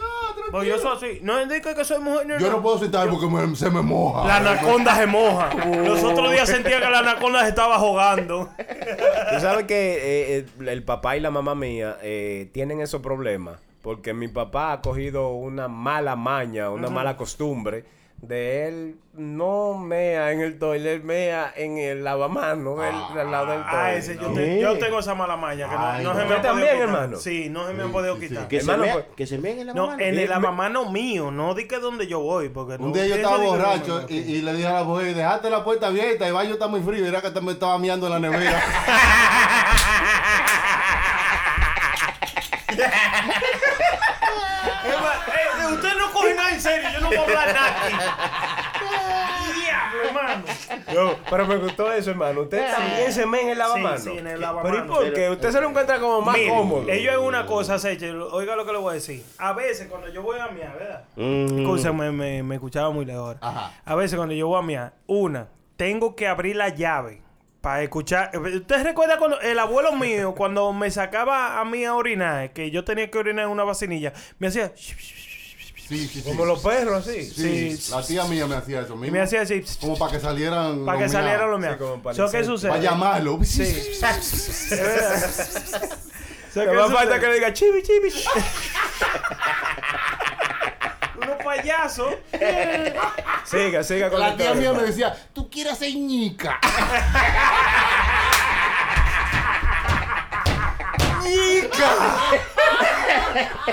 D: Porque Pues yo soy así. No indica que soy mujer. no,
E: Yo
D: no.
E: no puedo Ah, sentar porque me- se me moja.
D: La anaconda se moja. Los otros días sentía que la anaconda se estaba jugando.
F: Tú sabes que eh, eh, el, papá y la mamá mía eh, tienen esos problemas. Porque mi papá ha cogido una mala maña, una mala costumbre de él no mea en el toile, él mea en el lavamano del, del lado del toile.
D: Ah, ese, yo, te- yo tengo esa mala maña que no,
E: Ay,
D: no se
E: no.
D: me
F: ¿Usted
D: ha podido
F: también,
D: quitar.
F: hermano?
D: Sí, no se me ha podido quitar.
I: Que,
F: Hermano,
I: se mea,
F: pues-
I: que se mea en la
D: No,
I: mano.
D: en el
F: me-
D: lavamano mío, no di que donde yo voy, porque no-
E: Un día yo
D: eso
E: estaba
D: di que no,
E: borracho
D: hermano.
E: y, y le dije a la mujer, dejaste la puerta abierta, el baño está muy frío, y era que hasta me estaba miando en la nevera.
D: Es más, eh, eh, Ustedes no cogen nada en serio, yo no voy a hablar nada aquí. Diablo, hermano.
F: Yo, pero me gustó eso, hermano. Usted también se mea en el lavamano.
D: sí, en el
F: Pero ¿y
D: lavamano.
F: por qué? Usted se lo encuentra como más
D: Miren,
F: cómodo.
D: Ellos es una cosa, Seche, oiga lo que le voy a decir. A veces cuando yo voy a miar, ¿verdad? Cosa, me, me- me escuchaba muy lejos ahora.
E: Ajá.
D: A veces cuando yo voy a miar, una, tengo que abrir la llave para escuchar. ¿Ustedes recuerdan cuando el abuelo mío, cuando me sacaba a mí a orinar, que yo tenía que orinar en una vacinilla, me hacía...
E: Sí, sí, sí.
F: Como los perros, así.
E: Sí,
D: sí.
E: la tía mía me hacía eso mismo.
D: Me hacía así...
E: Como para que salieran.
D: Para que salieran los míos.
F: Sí, como para
D: So, ¿Qué
F: decir-
D: sucede?
E: Para llamarlo.
D: Sí. Es verdad. So,
F: Te
D: ¿qué
F: va a falta
D: sucede?
F: que le diga chibi, chibi.
D: Unos payasos.
F: siga, siga con
E: La
F: el
E: tía
F: tema,
E: mía me
F: hermano.
E: decía, tú quieres ser ñica. ¡Ñica!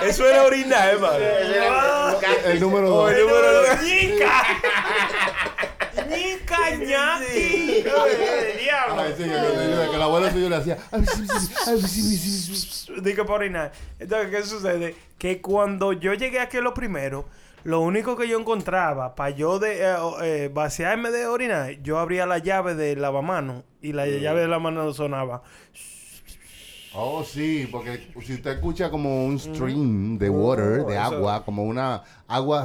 F: Eso era orinar, hermano.
E: Ah,
D: Ah,
E: El número dos.
F: El número dos.
D: ¡Nica! ¡Nica, ñaki! ¡Diablo!
E: Ay, sí, que, que- que el abuelo suyo le hacía. "Ay, sí, sí, ay, sí, sí, sí, sí".
D: Digo por orinar. Entonces, ¿qué sucede? Que cuando yo llegué aquí lo primero, lo único que yo encontraba para yo de, eh, o- eh, vaciarme de orinar, yo abría la llave del lavamano y la llave del lavamano sonaba.
E: Oh, sí, porque si usted escucha como un stream
D: Mm.
E: de water, de agua, como una agua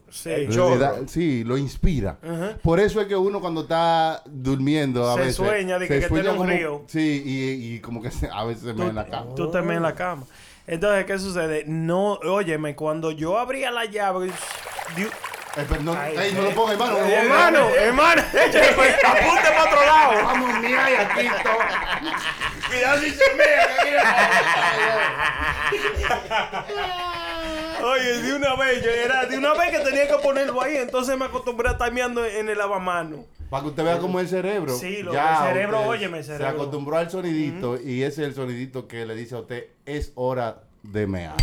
D: Oh,
E: eh,
D: Sí.
E: le
F: Chorro.
E: da- sí, lo inspira. Por eso es que uno cuando está durmiendo a
D: Se
E: veces
D: sueña de que- que tiene un
E: como-
D: río.
E: Sí, y, y como que se- a veces se me en la cama.
D: Tú te metes en la cama. Entonces, ¿qué sucede? No, óyeme, cuando yo abría la llave... di-
E: Eh, pero no,
D: Ay, eh,
E: ey, no lo ponga, hermano. no lo ponga.
D: Hermano, hermano, Pues, apunte para otro lado.
E: Vamos, mira, y aquí todo.
D: Oye, de una vez, yo era de una vez que tenía que ponerlo ahí, entonces me acostumbré a estar meando en el lavamano.
E: Para que usted vea cómo es el cerebro.
D: Sí, lo- el cerebro,
E: usted
D: óyeme, el
E: Se
D: cerebro.
E: acostumbró al sonidito y ese es el sonidito que le dice a usted, es hora de mear.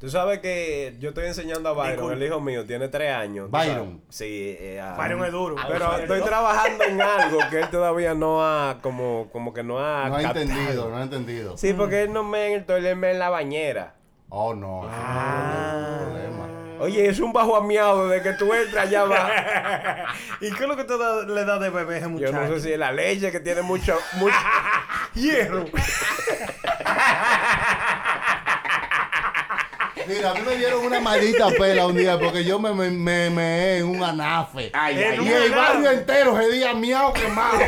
F: Tú sabes que yo estoy enseñando a Byron,
D: Disculpe.
F: el hijo mío, tiene tres años. tú
E: Byron.
F: sabes. Sí, eh, a-
D: Byron es duro.
F: Pero estoy trabajando en algo que él todavía no ha, como, como que no ha
E: No ha
F: captado.
E: entendido, no ha entendido.
F: Sí, porque él no me en el toilet, él me en la bañera.
E: Oh, no. eso
F: Ah.
E: no es un problema.
F: Oye, es un bajo amiado de que tú entras allá va.
D: ¿Y qué es lo que te da- le da de bebé a ese
F: Yo
D: muchacho?
F: no sé si es la leche que tiene mucho, mucho hierro.
E: Mira, a mí me dieron una maldita pela un día porque yo me me, me, meé en un anafe.
I: Ay,
D: En
I: ay,
E: y
D: un
I: ay.
E: el
D: anafe.
E: barrio entero se día miau quemado.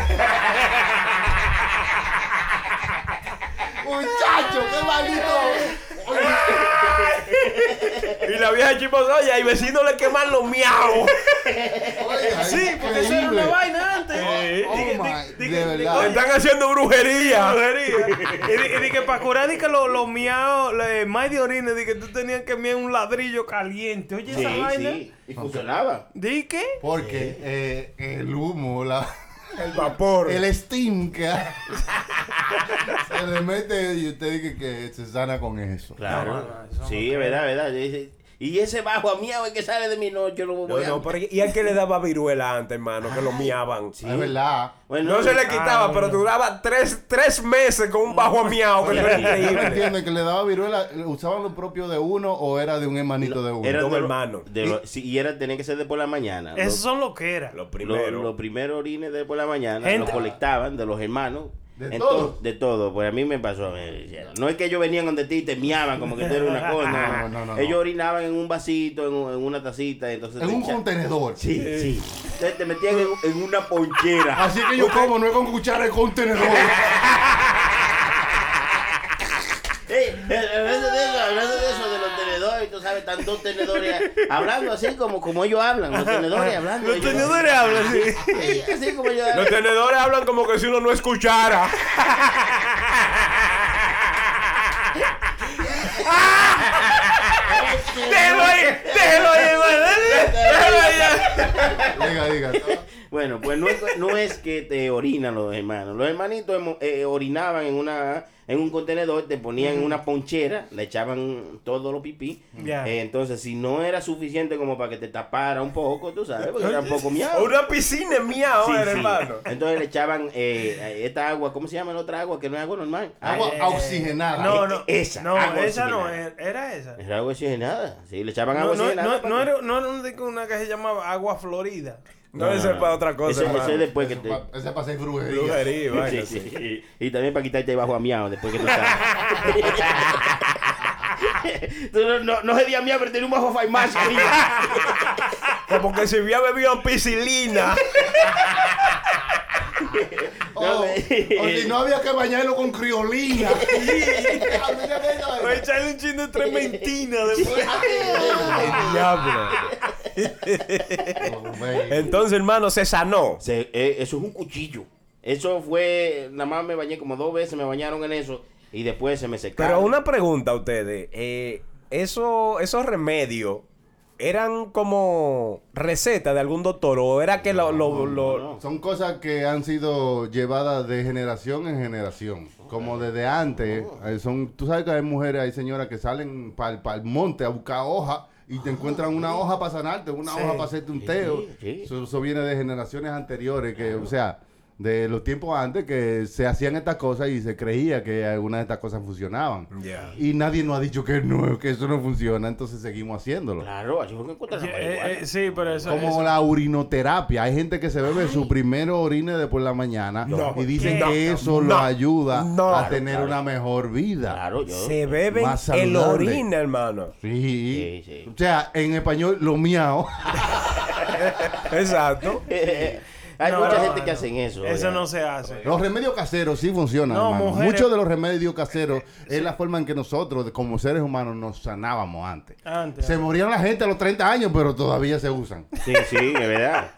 E: Muchacho, qué maldito. Oye,
F: Y la vieja chismosa, oye, y vecinos le queman los miau.
E: oiga,
D: Sí,
E: es
D: porque eso era
E: increíble.
D: una vaina antes.
E: Eh, oh
D: Dije,
E: my,
D: di- di-
E: de
D: di-
E: verdad.
D: oye,
F: Están haciendo brujería.
D: brujería. Y di- y di que para curar, di que los lo miaos, los más de orines, di que tú tenías que miar un ladrillo caliente. Oye, esa
I: Sí,
D: vaina.
I: sí. Y funcionaba.
D: Di que.
E: Porque eh, el humo, la,
F: El vapor.
E: el steam que hay, se le mete y usted dice que se sana con eso.
I: Claro. Sí, es verdad, es verdad. Y dice, Y ese bajo a mí, a ver que sale de mí, no, yo lo voy
F: No,
I: a...
F: no, pero y al que le daba viruela antes, hermano, que lo miaban.
E: Es verdad.
I: Bueno, ah,
F: Ah, No se le quitaba, pero duraba tres, tres meses con un bajo amiado, que eso era
E: Yo no
F: increíble.
E: entiendo que le daba viruela, ¿usaban lo propio de uno o era de un hermanito de uno?
I: era
F: de un
I: de lo-
F: hermano.
I: de lo- sí, y era, tenía que ser de por la mañana.
D: Esos
I: Los-
D: son lo que era.
F: Lo
I: Los
F: primero.
I: los primeros orines de por la mañana
D: Gente.
I: los colectaban de los hermanos.
E: ¿De
I: Entonces,
E: todos?
I: De todo, pues a mí me pasó. eh, No es que ellos venían donde ti y te miaban como que tú eres una cosa.
E: No, no, no, no.
I: ellos orinaban en un vasito, en, un- en una tacita. Entonces
E: en
I: te
E: un
I: echa-
E: contenedor.
I: Sí, sí. Entonces te metían en, en una ponchera.
E: Así que yo como no es con cuchara, es con tenedor.
I: Ey, eh, hablando de eso, hablando de eso, de los tenedores, tú sabes, están dos tenedores hablando así como, como ellos hablan, los tenedores hablando.
D: Los
I: ellos-
D: tenedores hablan, sí.
I: Sí, así como ellos
F: Los
I: hablan.
F: tenedores hablan como que si uno no escuchara.
D: Déjelo ahí, déjelo ahí, hermano.
E: Diga, diga.
I: Bueno, pues no es, no es que te orinan los hermanos. Los hermanitos hemo- eh, orinaban en una en un contenedor, te ponían una ponchera, le echaban todo lo pipí.
D: Ya.
I: Eh, entonces, si no era suficiente como para que te tapara un poco, tú sabes, porque era un poco miau.
A: Una piscina es mía
I: Sí,
A: ahora,
I: sí.
A: hermano.
I: Entonces le echaban eh, esta agua, ¿cómo se llama la otra agua? Que no es agua normal.
E: Agua
I: Ah,
E: oxigenada.
D: No, no.
I: Esa,
D: No,
I: agua
D: esa no.
I: oxigenada.
D: Era era esa.
I: Era agua oxigenada. Sí, le echaban
D: No,
I: agua
D: no,
I: oxigenada.
D: no,
I: para
D: no
I: que-
D: era, no era una- una que se llamaba agua florida.
A: No, eso es para otra cosa,
I: Ese- ese
A: hermano.
I: es después que te...
E: Eso pa- Ese pasé brujería.
A: Brujería, vaina,
I: Sí,
A: sí.
I: sí. Y también para quitarte bajo amiado después que tú sabes. Tú no, no, no sería miado, pero tenía un bajo faimazo.
A: Pues porque si había bebido piscilina.
E: Oh, o si no había que bañarlo con criolina.
D: Pues echarle un chin de trementina después.
A: El diablo.
E: Oh, man.
A: Entonces, hermano, se sanó.
I: Se- eh, eso es un cuchillo. Eso fue, nada más me bañé como dos veces, me bañaron en eso y después se me secaron.
A: Pero una pregunta a ustedes. eh, eso, esos remedios eran como receta de algún doctor o era que lo... lo- lo-
I: no.
E: Son cosas que han sido llevadas de generación en generación. Como desde antes.
I: Oh.
E: eh, son, tú sabes que hay mujeres, hay señoras que salen para el monte a buscar hoja y te encuentran una hoja para sanarte, una hoja para hacerte un teo.
I: Ah, sí, sí.
E: Eso, eso viene de generaciones anteriores, que, o sea, de los tiempos antes que se hacían estas cosas y se creía que algunas de estas cosas funcionaban. Y nadie nos ha dicho que no, que eso no funciona, entonces seguimos haciéndolo.
I: Claro, así fue que encontraron la marihuana.
D: sí, pero eso.
E: Como la urinoterapia. Hay gente que se bebe su primero orine de por la mañana y dicen
D: ¿qué?
E: que eso lo ayuda
A: No.
E: a tener una mejor vida.
I: Claro, yo.
A: Se beben
E: Más
A: el
E: saludable.
A: orina, hermano.
E: Sí.
I: Sí, sí.
E: O sea, en español, lo miao.
A: Exacto.
I: Hay
D: No,
I: mucha
D: no,
I: gente que
D: no.
I: hacen eso.
D: Eso
I: ¿verdad?
D: no se hace.
E: Los remedios caseros sí funcionan.
D: No,
E: hermano.
D: mujeres- Eh,
E: Muchos de los remedios caseros es la forma en que nosotros, de- como seres humanos, nos sanábamos antes.
D: Antes.
E: Se morían la gente a los 30 años, pero todavía se usan.
I: Sí, sí, es verdad.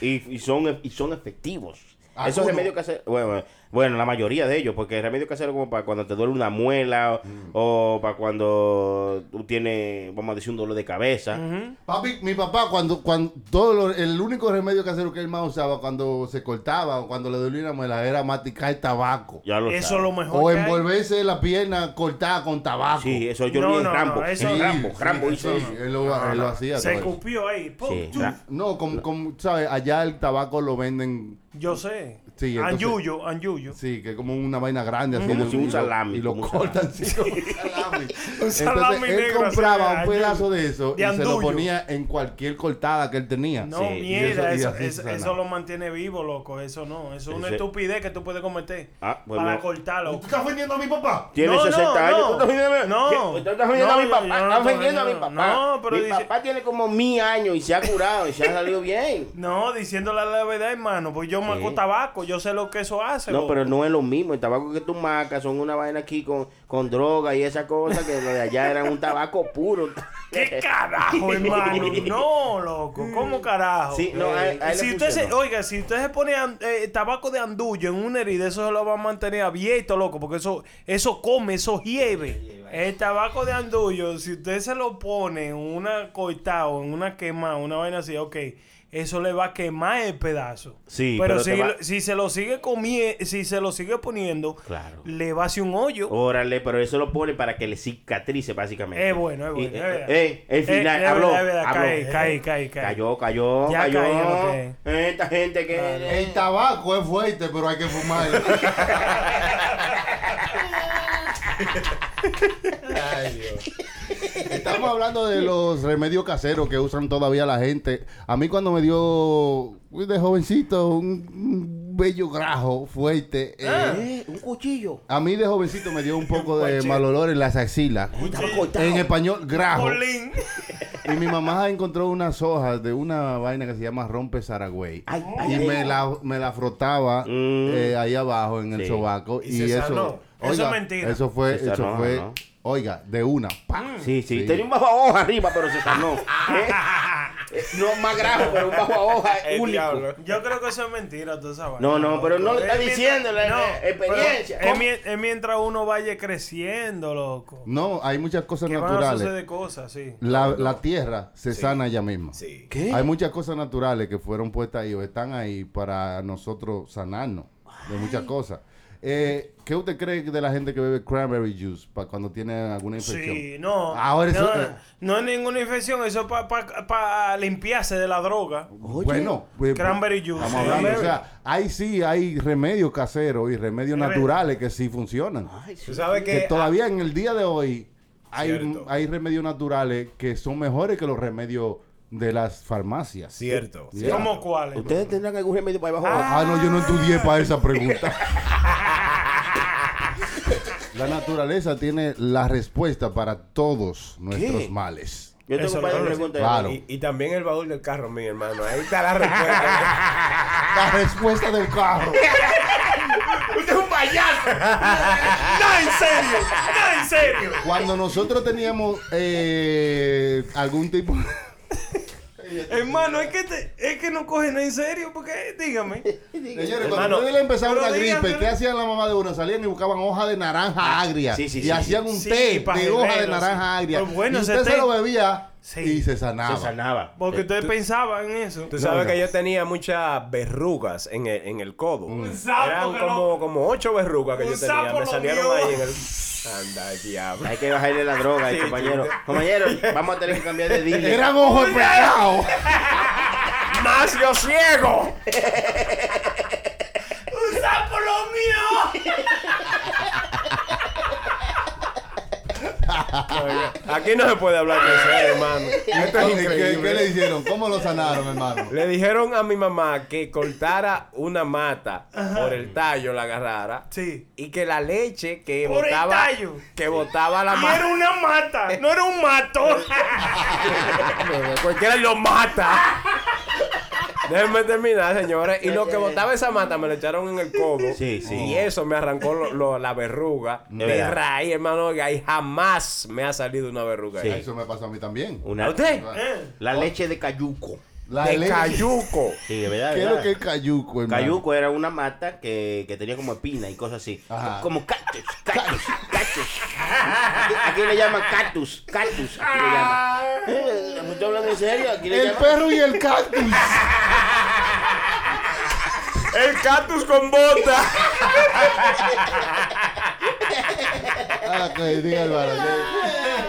I: Y, y son, e, y son efectivos.
D: Ah,
I: Esos
E: Algunos.
I: remedios caseros, bueno, bueno, la mayoría de ellos, porque el remedio casero como para cuando te duele una muela
D: Mm.
I: o, o para cuando tú tienes, vamos a decir, un dolor de cabeza.
E: Papi, mi papá, cuando, cuando todo lo- el único remedio casero que él más usaba cuando se cortaba o cuando le dolía una muela era maticar tabaco.
I: Ya lo
D: Eso
I: sabes.
D: es lo mejor.
E: O
D: que hay.
E: envolverse la pierna cortada con tabaco.
I: Sí, eso yo
D: No,
I: vi en
D: no, no,
I: Rambo.
D: eso-
I: En Rambo,
E: sí,
I: Rambo
E: sí,
I: hizo
E: sí,
I: eso.
D: eh.
E: Él lo, él lo hacía.
D: Se
E: todo eso.
D: escupió ahí. pum,
I: Sí,
D: tú.
I: ra-
E: No, como, como, ¿sabes? Allá el tabaco lo venden,
D: Yo sé.
E: Sí, entonces-
D: Anjuyo, Anjuyo.
E: sí, que es como una vaina grande. así,
I: Como
E: de-
I: si un
E: y lo-
I: salami,
E: Y lo
I: como un
E: cortan, sí, como un salami.
D: salami
E: Entonces, él
D: negro,
E: compraba
D: así,
E: un
D: de
E: pedazo
D: andullo.
E: de eso
D: De
E: y se lo
D: andullo.
E: ponía en cualquier cortada que él tenía.
D: No,
I: Sí, y
D: mierda,
E: eso- y
D: eso,
E: así
D: eso,
E: se
D: eso
E: sana.
D: lo mantiene vivo, loco. Eso no, eso es una
I: Ese-
D: estupidez que tú puedes cometer
I: Ah, pues
D: para
I: no.
D: cortarlo.
E: estás vendiendo a mi papá?
I: Tiene
D: No, no,
I: 60 años.
D: no.
I: ¿Tú estás ofendiendo-
D: No.
I: ¿Tú estás ofendiendo
D: No,
I: a mi
D: yo- yo
I: papá?
D: no estoy
I: ¿Estás ofendiendo a mi
D: ofendiendo.
I: papá?
D: No, pero
I: mi
D: dice-
I: papá tiene como mil años y se ha curado y se ha salido bien.
D: No, diciéndole la verdad, hermano, pues yo maco tabaco, yo sé lo que eso hace.
I: No,
D: loco.
I: pero no es lo mismo. El tabaco que tú marcas son una vaina aquí con, con droga y esa cosa que lo de allá era un tabaco puro.
D: ¿Qué carajo, hermano? Ah, pues, No, loco, ¿cómo carajo?
I: Sí, no, a él- a él
D: si
I: le
D: usted se,
I: funcionó.
D: oiga, si usted se pone an- eh, tabaco de andullo en una herida, eso se lo va a mantener abierto, loco, porque eso, eso come, eso hierve. El tabaco de andullo, si usted se lo pone en una cortada o en una quemada, una vaina así, ok, eso le va a quemar el pedazo.
I: Sí,
D: pero,
I: pero
D: si,
I: te va-
D: si se lo sigue comiendo, si se lo sigue poniendo,
I: Claro.
D: le va a hacer un hoyo.
I: Órale, pero eso lo pone para que le cicatrice, básicamente.
D: Es bueno, es bueno,
I: Y,
D: es verdad.
I: eh, el
D: Es-
I: final,
D: es
I: habló,
D: verdad, es verdad.
I: habló.
D: Caí,
I: Eh,
D: caí, caí, caí.
I: Cayó, cayó,
D: Ya
I: cayó.
D: caí, ok.
I: Esta gente que... eh,
E: El tabaco es fuerte, pero hay que fumar. Ay, Dios. Estamos hablando de los remedios caseros que usan todavía la gente. A mí cuando me dio de jovencito un, un bello grajo fuerte, eh,
I: Eh, un cuchillo.
E: a mí de jovencito me dio un poco de mal olor en las axilas. En español, grajo.
D: Colín.
E: Y mi mamá encontró unas hojas de una vaina que se llama rompe Saragüey.
I: Ay,
E: Y
I: ay,
E: me, la, me la frotaba
I: Mm.
E: eh, ahí abajo en el
I: Sí.
E: sobaco.
A: Y
E: Y,
A: se
E: eso.
A: sanó.
D: Eso es mentira. Mm.
E: Eso fue,
I: Se
E: eso
I: sanó,
E: fue.
I: ¿no?
E: Oiga, de una. ¡pa!
I: Sí, sí,
E: Sí.
I: Tenía un bajo hoja arriba, pero se sanó. Eh, Eh, No más grave, pero un bajo a hoja
F: El
I: único.
F: diablo.
D: Yo creo que eso es mentira, tú sabes.
I: No, no, pero no le está
D: Es mientras-
I: diciendo la
D: no,
I: la experiencia.
D: pero Es, mien- es mientras uno vaya creciendo, loco.
E: No, hay muchas cosas
D: Que van a
E: naturales.
D: suceder cosas, sí.
E: La, la tierra se sana ella misma.
F: Sí.
I: ¿Qué?
E: Hay muchas cosas naturales que fueron puestas ahí o están ahí para nosotros sanarnos de muchas cosas. Eh, ¿Qué usted cree de la gente que bebe cranberry juice para cuando tiene alguna infección? Ah,
D: Sí, no.
E: Ahora
D: no,
E: eso. eh,
D: no es ninguna infección, eso es para limpiarse de la droga.
E: Bueno, pues,
D: Cranberry juice.
E: estamos hablando, o sea, ahí sí hay remedios caseros y remedios
D: Cranberry.
E: naturales que sí funcionan.
F: Tú sabes
E: que
F: que.
E: todavía en el día de hoy hay,
K: Cierto.
E: hay remedios naturales que son mejores que los remedios de las farmacias.
K: Cierto.
I: eh,
E: Ya.
D: ¿Cómo cuáles?
I: Ustedes tendrán algún remedio para abajo.
E: Ah, no, yo no estudié para esa pregunta. La naturaleza tiene la respuesta para todos nuestros
I: ¿Qué?
E: males.
I: Yo tengo
D: Eso
I: un par de
D: lo conozco.
I: preguntas.
E: Claro.
F: Y, y también el baúl del carro, mi hermano. Ahí está la respuesta.
E: La respuesta del carro.
D: ¡No, en serio! ¡No, en serio!
E: Cuando nosotros teníamos eh, algún tipo...
D: Hermano, es que, te- es que no cogen en serio, porque dígame.
E: Señores, cuando
F: Hermano,
E: ustedes le empezaban
D: pero
E: una gripe,
D: díganme-
E: ¿qué hacían la mamá de uno? Salían y buscaban hoja de naranja agria.
I: Sí, sí,
E: y
I: sí,
E: hacían un
D: Sí,
E: té de
D: pajelero,
E: hoja de
D: sí.
E: naranja agria.
D: Pues bueno,
E: y
D: ese
E: usted se
D: té-
E: lo bebía
D: Sí.
E: y se sanaba.
I: Se sanaba.
D: Porque
I: Eh,
D: ustedes pensaban en eso.
F: Tú sabes que yo tenía muchas verrugas en el, en el codo.
D: sapo
F: Eran
D: que
F: como, como ocho verrugas que
D: Un
F: yo tenía.
D: sapo
F: Me
D: lo
F: salieron
D: vio.
F: ahí en el. Anda, diablo.
I: Hay que bajarle la droga, eh, compañero. Compañero, vamos a tener que cambiar de dealer.
E: Gran E-, ojo de pescado.
F: ¡Más yo ciego! Aquí no se puede hablar de eso, eh, hermano. Esto es
E: ¿Qué- ¿Qué,
F: increíble.
E: qué le hicieron? ¿Cómo lo sanaron, hermano?
F: Le dijeron a mi mamá que cortara una mata por el tallo, la agarrara.
D: Sí.
F: Y que la leche que
D: Por el
F: botaba.
D: tallo.
F: Que botaba la
D: Y era
F: mata.
D: una mata, no era un mato.
F: Cualquiera lo mata. Déjenme terminar, señores. Y lo que botaba esa mata me lo echaron en el codo.
I: Sí, sí.
F: Y eso me arrancó lo- lo- la verruga. De,
I: verdad.
F: raíz, hermano. Y ahí jamás me ha salido una verruga.
I: Sí.
F: ahí.
E: Eso me pasó a mí también.
I: Una,
F: ¿A usted?
I: La leche de cayuco.
E: La
F: De
E: leche-
F: cayuco.
I: Sí, de verdad.
E: ¿Qué
I: de
E: es lo
I: verdad.
E: que es cayuco, hermano?
I: Cayuco era una mata que, que tenía como espina y cosas así.
E: Ajá.
I: Como cactus, cactus, cactus. Aquí, aquí le llaman cactus, cactus. Aquí le llaman. Eh, ¿me estoy hablando en serio? Aquí le
E: Ah. El
I: llaman.
E: perro y el cactus.
F: El cactus con bota.
E: Ah, que diga el varón.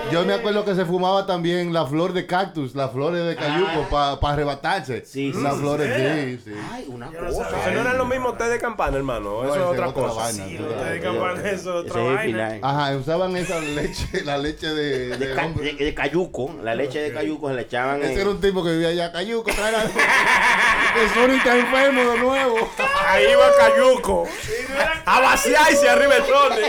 E: Yo me acuerdo que se fumaba también la flor de cactus, las flores de cayuco, para arrebatarse.
I: Sí, sí,
E: Las
I: sí.
E: flores, sí, sí.
I: Ay, una
F: O
I: cosa.
F: sea, no eran lo mismo té de campana, hermano. Eso
E: No,
F: es
E: ese
F: otra
E: otra
F: cosa.
E: vaina,
D: Sí,
E: tú
D: no te
E: sabes.
D: digan para eso, otra
I: Ese es el
D: vaina.
I: final.
E: Ajá, usaban esa leche, la leche de,
I: De,
E: de
I: ca-
E: hombre.
I: de- de cayuco, la leche de cayuco se la echaban en...
E: Ese era un tipo que vivía allá, cayuco, trae la... que Sony está enfermo de nuevo.
F: Ahí va Cayuco. A vaciarse arriba el trote.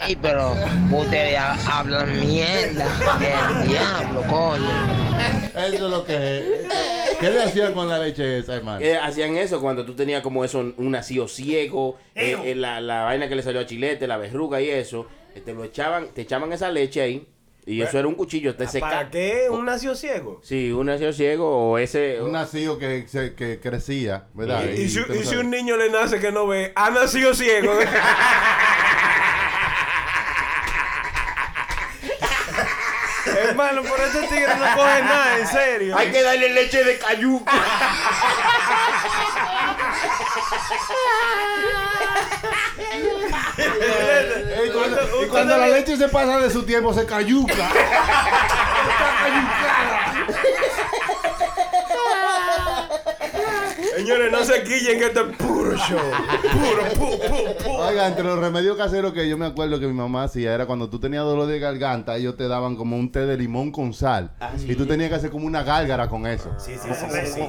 J: Ay, pero ustedes hablan mierda del diablo, coño.
E: Eso es lo que es. ¿Qué le hacían con la leche esa, hermano?
I: Eh, hacían eso cuando tú tenías como eso, un nacido ciego, eh,
D: Ejo.
I: eh, la, la vaina que le salió a Chilete, la verruga y eso, eh, te lo echaban, te echaban esa leche ahí, y eso era un cuchillo, te
F: ¿Para
I: seca.
F: qué un nació ciego?
I: Sí, un nacido ciego o ese...
E: Un nacido que, se- que crecía, ¿verdad?
I: Y-
F: Y si,
E: usted no
F: y si
E: sabe.
F: un niño le nace que no ve, ha nacido ciego.
D: Hermano, por este tigre no coge nada, en serio.
I: Hay que darle leche de cayuco.
E: Y cuando, y cuando la leche se pasa de su tiempo, se cayuca.
F: Señores, no se quillen que esto es puro show. Puro, puro, puro,
E: Oiga, entre los remedios caseros que yo me acuerdo que mi mamá hacía era cuando tú tenías dolor de garganta, ellos te daban como un té de limón con sal.
I: Ah,
E: Y tú tenías que hacer como una gárgara con eso.
F: Sí, sí, sí, sí, sí.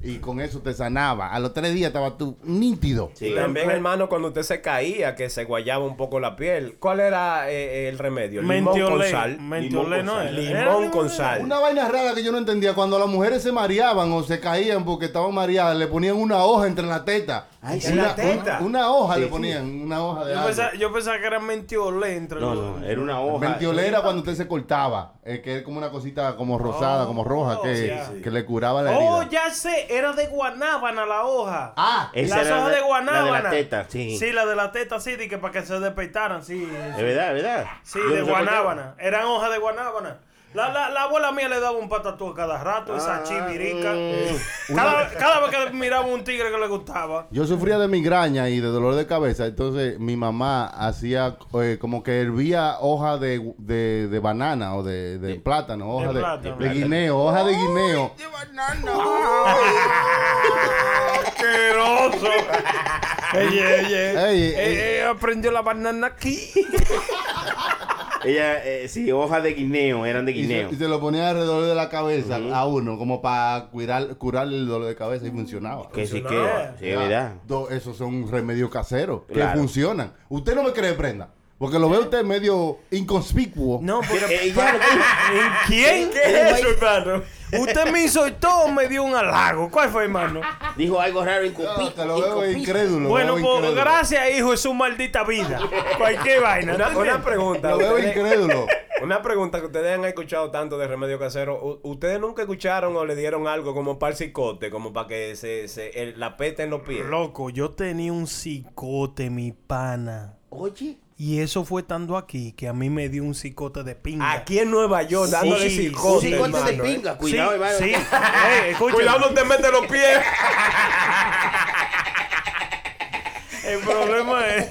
E: Y con eso te sanaba. A los tres días estabas tú nítido.
I: Sí.
F: También, hermano, cuando usted se caía, que se guayaba un poco la piel, ¿cuál era eh, el remedio? Limón con
D: Mentiolé.
F: sal.
D: Mentiolé no es.
F: Limón con sal.
E: Una vaina rara que yo no entendía, cuando las mujeres se mareaban o se caían porque estaban mareadas, le ponían una hoja entre la teta.
I: Ay, sí.
E: una,
I: En la teta.
E: un- una hoja
I: Ah. Sí,
E: le
I: sí.
E: ponían, una hoja de
D: Yo
E: algo.
D: pensaba, yo pensaba que era mentiolé entre
I: No,
D: los-
I: no, era una hoja.
E: Ventiolera cuando usted se cortaba, eh, que es como una cosita como rosada, como roja, que,
D: sí, sí.
E: que le curaba la herida.
D: Oh, ya sé, era de guanábana la hoja.
E: Ah,
I: Esa
D: Las
I: era la
D: hojas
I: de-
D: de guanábana.
I: la de la teta, sí.
D: Sí, la de la teta, sí, de que para que se despeitaran, sí.
I: Es verdad, es verdad.
D: Sí,
I: Yo no
D: de
I: sé por qué.
D: guanábana. Eran hojas de guanábana. La, la, la abuela mía le daba un patatú a cada rato, esa
I: Ah,
D: chivirica.
I: mm.
D: Cada, cada vez que miraba un tigre que le gustaba.
E: Yo sufría de migraña y de dolor de cabeza, entonces mi mamá hacía eh, como que hervía hoja de, de, de banana o de, de plátano, hoja de,
D: plátano.
E: de guineo, hoja de guineo.
D: ¡Asqueroso! ey, ey, ey.
E: Ey,
I: Eh,
D: Ey,
E: ey.
D: ey, eh, aprendió la banana aquí.
I: Ella, eh, sí, hojas de guineo, eran de
E: Y se,
I: guineo.
E: y se lo ponía alrededor de la cabeza a uno, como para curar, curarle el dolor de cabeza y funcionaba.
I: Que sí que,
D: Funcionaba.
I: sí, es verdad.
E: Do- esos son remedios caseros
I: Claro.
E: que funcionan. Usted no me cree, prenda, porque lo ve usted medio inconspicuo.
D: No, porque.
I: Eh, ya,
D: ¿En quién? ¿Qué es eso, hermano? Usted me hizo y todo me dio un halago. ¿Cuál fue, hermano?
I: dijo algo raro en
E: Claro,
I: Cupi.
E: te lo veo incrédulo. lo
D: Bueno,
E: veo
D: pues
E: incrédulo.
D: gracias, hijo, es su maldita vida. Cualquier vaina.
F: Una, una
D: ¿tú entiendes?
F: pregunta.
E: Lo veo
F: ustedes-
E: incrédulo.
F: Una pregunta que ustedes han escuchado tanto de remedio casero. U- ¿Ustedes nunca escucharon o le dieron algo como para el cicote, como para que se, se- el- la peta en los pies?
D: Loco, yo tenía un cicote, mi pana.
I: Oye,
D: Y eso fue estando aquí que a mí me dio un cicote de pinga.
F: Aquí en Nueva York, dándole
D: sí,
I: un
F: cicote,
D: sí,
I: cicote de
F: hermano, ¿eh?
I: pinga. Cuidado,
D: sí,
I: hermano.
D: Sí, Ey, escúchame.
F: Cuidado donde mete los pies.
D: El problema es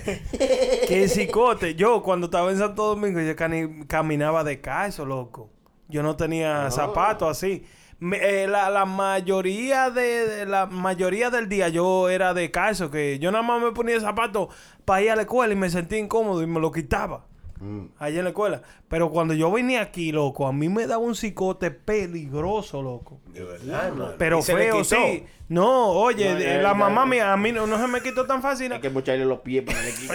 D: que el cicote, yo cuando estaba en Santo Domingo, yo cani- caminaba descalzo, loco. Yo no tenía
I: Ah.
D: zapatos así. Me- eh, la, la mayoría de, de- la mayoría del día yo era descalzo, que yo nada más me ponía zapatos para ir a la escuela y me sentía incómodo y me lo quitaba.
I: Mm.
D: Allá en la escuela. Pero cuando yo venía aquí, loco, a mí me daba un cicote peligroso, loco. Pero
F: ¿Y se le
D: feo,
F: quitó?
D: sí. No, oye,
I: No,
D: de-
I: ya, ya,
D: la mamá
I: ya.
D: mía, a mí no, no se me quitó tan fácil.
I: Hay que mocharle los pies para el equipo.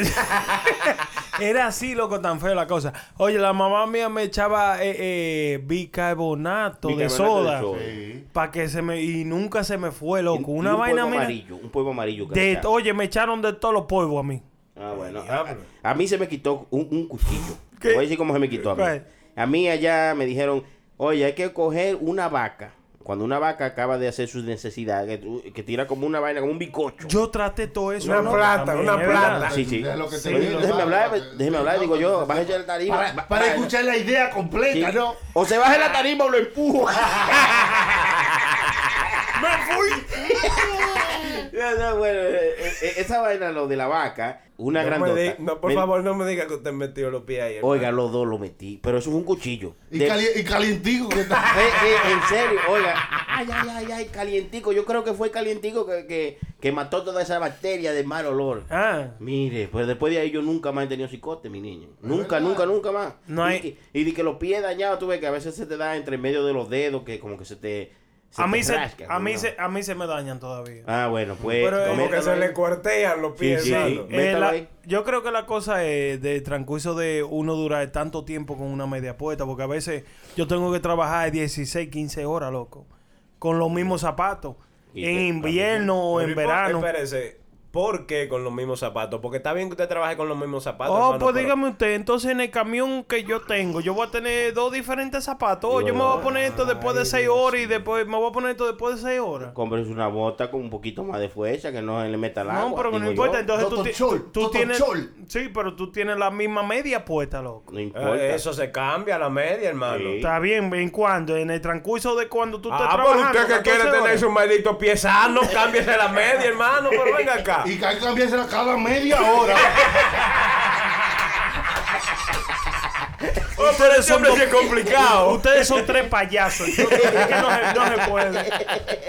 D: Era así, loco, tan feo la cosa. Oye, la mamá mía me echaba eh, eh, bicarbonato, de
I: Bicarbonato de
D: soda.
I: soda.
D: Para que se me. Y nunca se me fue, loco.
I: Y- y
D: Una
I: un
D: vaina
I: polvo
D: mira,
I: amarillo, un polvo amarillo. que le
D: de,
I: echa.
D: oye, me echaron de todos los polvos a mí.
I: Ah, bueno. A, a mí se me quitó un, un cuchillo.
D: ¿Qué?
I: Te Voy a decir cómo se me quitó a mí.
D: ¿Cuál?
I: A mí allá me dijeron, oye, hay que coger una vaca. Cuando una vaca acaba de hacer sus necesidades, que, tú- que tira como una vaina, como un bicocho.
D: Yo traté todo eso.
F: Una
D: loco,
F: plata, una
D: es verdad.
F: plata.
I: Sí, sí.
E: Deja lo que te
I: Oye,
E: diga,
I: déjeme
E: va,
I: hablar,
E: va,
I: déjeme
E: va,
I: hablar.
E: va,
I: Digo
E: va,
I: yo,
E: va,
I: baja ya la tarima.
E: Para,
I: va-
E: para
I: va-
E: escuchar la idea completa,
I: Sí.
E: ¿no?
I: O se baja la tarima o lo empujo.
D: ¡Me fui!
I: Ya, ya, bueno, eh, eh, esa vaina, lo de la vaca, una
F: No, me
I: grandota.
F: di- no, por
I: Me-
F: favor, no me diga que usted metió los pies ahí. hermano.
I: Oiga, los dos lo metí, pero eso fue un cuchillo.
E: Y,
I: De-
E: cali- y calientico que está.
I: Eh, eh, en serio, oiga, ay, ay, ay, ay, calientico. Yo creo que fue calientico que, que, que mató toda esa bacteria de mal olor.
D: Ah.
I: Mire, pues después de ahí yo nunca más he tenido cicote, mi niño. Nunca, nunca, nunca más.
D: No
I: y,
D: hay-
I: que- y de que los pies dañados, tú ves que a veces se te da entre medio de los dedos, que como que se te.
D: a, mí se,
I: rasca,
D: a, mí
I: ¿no?
D: se, a mí se me dañan todavía.
I: Ah, bueno, pues.
D: Pero, eh,
F: Como que
I: coméntalo
F: se
I: ahí.
F: le cuartean los pies,
I: Sí, sí.
F: hermano.
D: Eh,
I: métalo
D: la-
I: ahí.
D: yo creo que la cosa es de transcurso de uno durar tanto tiempo con una media puesta, porque a veces yo tengo que trabajar 16, 15 horas, loco, con los mismos zapatos,
I: Y
D: en
I: te-
D: invierno o
F: Pero
D: en
F: ¿y por-
D: verano.
F: Espérese, ¿por qué con los mismos zapatos? Porque está bien que usted trabaje con los mismos zapatos.
D: Oh,
F: hermano,
D: pues
F: pero- eh,
D: dígame usted, entonces en el camión que yo tengo, yo voy a tener dos diferentes zapatos. Oh, yo me voy a poner esto después de 6 horas y después me voy a poner esto después de 6 horas.
I: Compres una bota con un poquito más de fuerza, que no se le meta el agua.
D: No, pero no
I: digo
D: importa,
I: yo.
D: entonces tú,
E: Doctor
D: ti-
E: Chol,
D: tú
E: Doctor
D: tienes...
E: Chol.
D: Sí, pero tú tienes la misma media puesta, loco.
I: No
F: Eh,
I: importa.
F: eso se cambia a la media, hermano.
I: Sí.
D: Está bien, ¿en cuándo? En el transcurso de cuando tú estás
F: Ah, pero
D: trabajando.
F: usted que quiere
D: 14
F: tener
D: horas.
F: su maldito pie sano, cámbiese la media, hermano, pero venga acá.
E: Y que cambiarse cada media hora.
F: Oh,
D: Ustedes son
F: Siempre
D: dos-
F: es complicado.
D: Ustedes son tres payasos. Yo creo que no se, no se puede.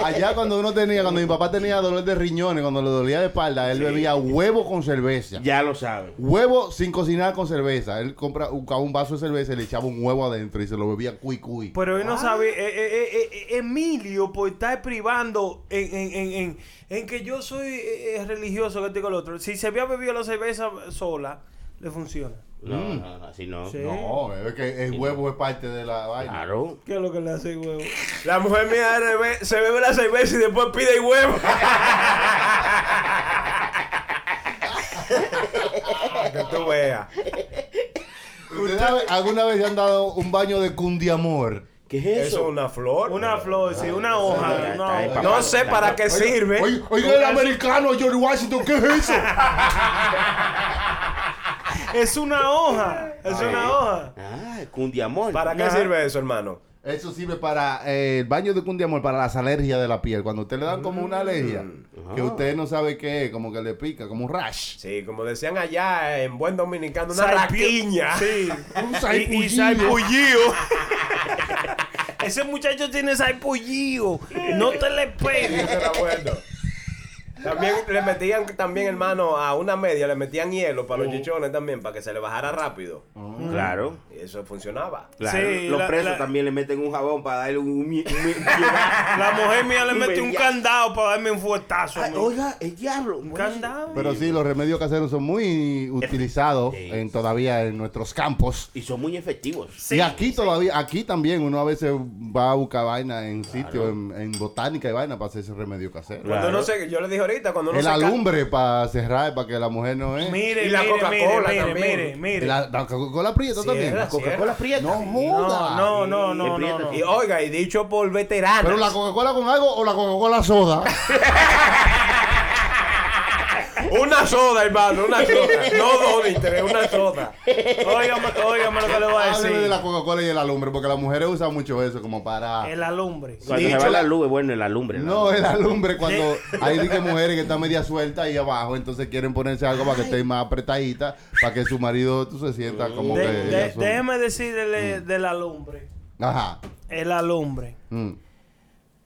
E: Allá cuando uno tenía, cuando mi papá tenía dolor de riñones, cuando le dolía de espalda, él bebía huevo con cerveza.
I: Ya lo saben.
E: Huevo sin cocinar con cerveza. Él compra un, un vaso de cerveza y le echaba un huevo adentro y se lo bebía cuy cuy.
D: Pero hoy no sabe. eh, eh, eh, eh, Emilio, por estar privando en, en- en- en- en que yo soy eh, eh, religioso, que digo el otro. Si se había bebido la cerveza sola, le funciona.
I: No, no, no, así no.
D: Mm. Sí.
E: no, es Oh, que el huevo es parte de la vaina.
I: Claro.
D: ¿Qué es lo que le hace, huevo?
F: La mujer mía de revés, se bebe la cerveza y después pide huevo. tú veas.
E: ¿Ustedes saben- alguna vez se han dado un baño de cundiamor?
I: ¿Qué es
F: Eso es
I: eso?
F: una flor.
D: Una flor, sí, una hoja. una
I: está,
D: hoja.
I: está.
F: No sé para qué sirve.
E: Oye, oye, el americano George Washington, ¿qué es eso?
D: Es una hoja. Es una hoja.
I: Ah, cundiamor.
F: ¿Para qué
D: Ajá.
F: sirve eso, hermano?
E: Eso sirve para eh, el baño de cundiamol, para las alergias de la piel. Cuando a usted le dan como una alergia,
I: Mm.
E: que usted no sabe qué es, como que le pica, como un rash.
F: Sí, como decían allá en buen dominicano, una
D: Salpi-
F: raquiña.
D: Sí.
E: Un
D: Y, y
E: salpullido.
D: salpullido. Ese muchacho tiene salpullido. No te le
F: Yo
D: pegues.
F: te lo acuerdo. También le metían también, hermano, a una media le metían hielo para los chichones también, para que se le bajara rápido.
I: Claro.
F: Y eso funcionaba.
I: Claro.
D: Sí,
I: Los
D: la-
I: presos
D: la-
I: también le meten un jabón para darle un. un, un-
D: La mujer mía le
I: Un
D: mete un
I: bellazo.
D: candado para darme un fuertazo. a
I: Ay,
D: mí.
I: oiga, el diablo.
D: Un candado.
E: Pero sí, los remedios caseros son muy utilizados
I: Sí.
E: en, todavía en nuestros campos.
I: Y son muy efectivos.
E: y aquí todavía, aquí también uno a veces va a buscar vaina en sitio, en, en botánica y vaina para hacer ese remedio casero.
F: Cuando no sé, yo le dije ahorita, cuando no
E: El
F: se ca-
E: alumbre para cerrar, para que la mujer no es.
D: Mire,
F: Y la
D: mire,
F: Coca-Cola
D: mire, mire,
F: también.
D: mire, mire.
E: La, la Coca-Cola prieta también.
F: Cierra,
E: La Coca-Cola
F: cierra.
E: prieta. No joda.
D: No, no, no, no,
I: Empieza.
D: no, no.
F: Y oiga, y dicho por veteranos.
E: Pero la Coca-Cola con algo o la Coca-Cola soda.
F: Una soda, hermano, una soda. No dos ni tres, una soda.
D: Óigame, óigame lo que le voy a
E: Hábleme de
D: decir.
E: la Coca-Cola y el alumbre, porque las mujeres usan mucho eso como para.
D: El alumbre.
I: Cuando se va la luz, es bueno, el alumbre. la
E: No,
I: luz.
E: el alumbre cuando hay de que mujeres que están media sueltas ahí abajo, entonces quieren ponerse algo para que esté más apretadita, para que su marido tú, se sienta como
D: De-
E: que.
D: de-
E: ellas son-
D: déjeme decirle
F: Mm.
D: de la lumbre.
E: Ajá.
D: El alumbre.
E: Mm.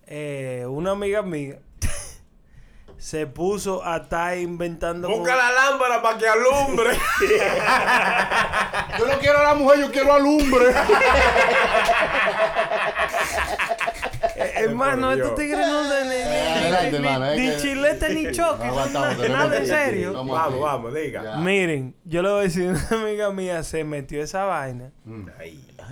D: Eh, una amiga mía se puso a estar inventando.
F: Busca la lámpara para que alumbre.
E: Yo no quiero a la mujer, yo quiero alumbre.
D: Eh, hermano,
F: por Dios.
D: estos tigres no se- ni-
E: adelante,
D: ni-
E: hermano,
D: ni,
E: es
D: ni
E: que-
D: chilete ni choque.
E: No
D: son
E: aguantamos,
D: na-
E: tenemos
D: nada
E: que-
D: en serio.
E: Estamos
F: vamos,
E: aquí.
F: vamos, diga.
E: Ya.
D: Miren, yo le voy a decir una amiga mía se metió esa vaina.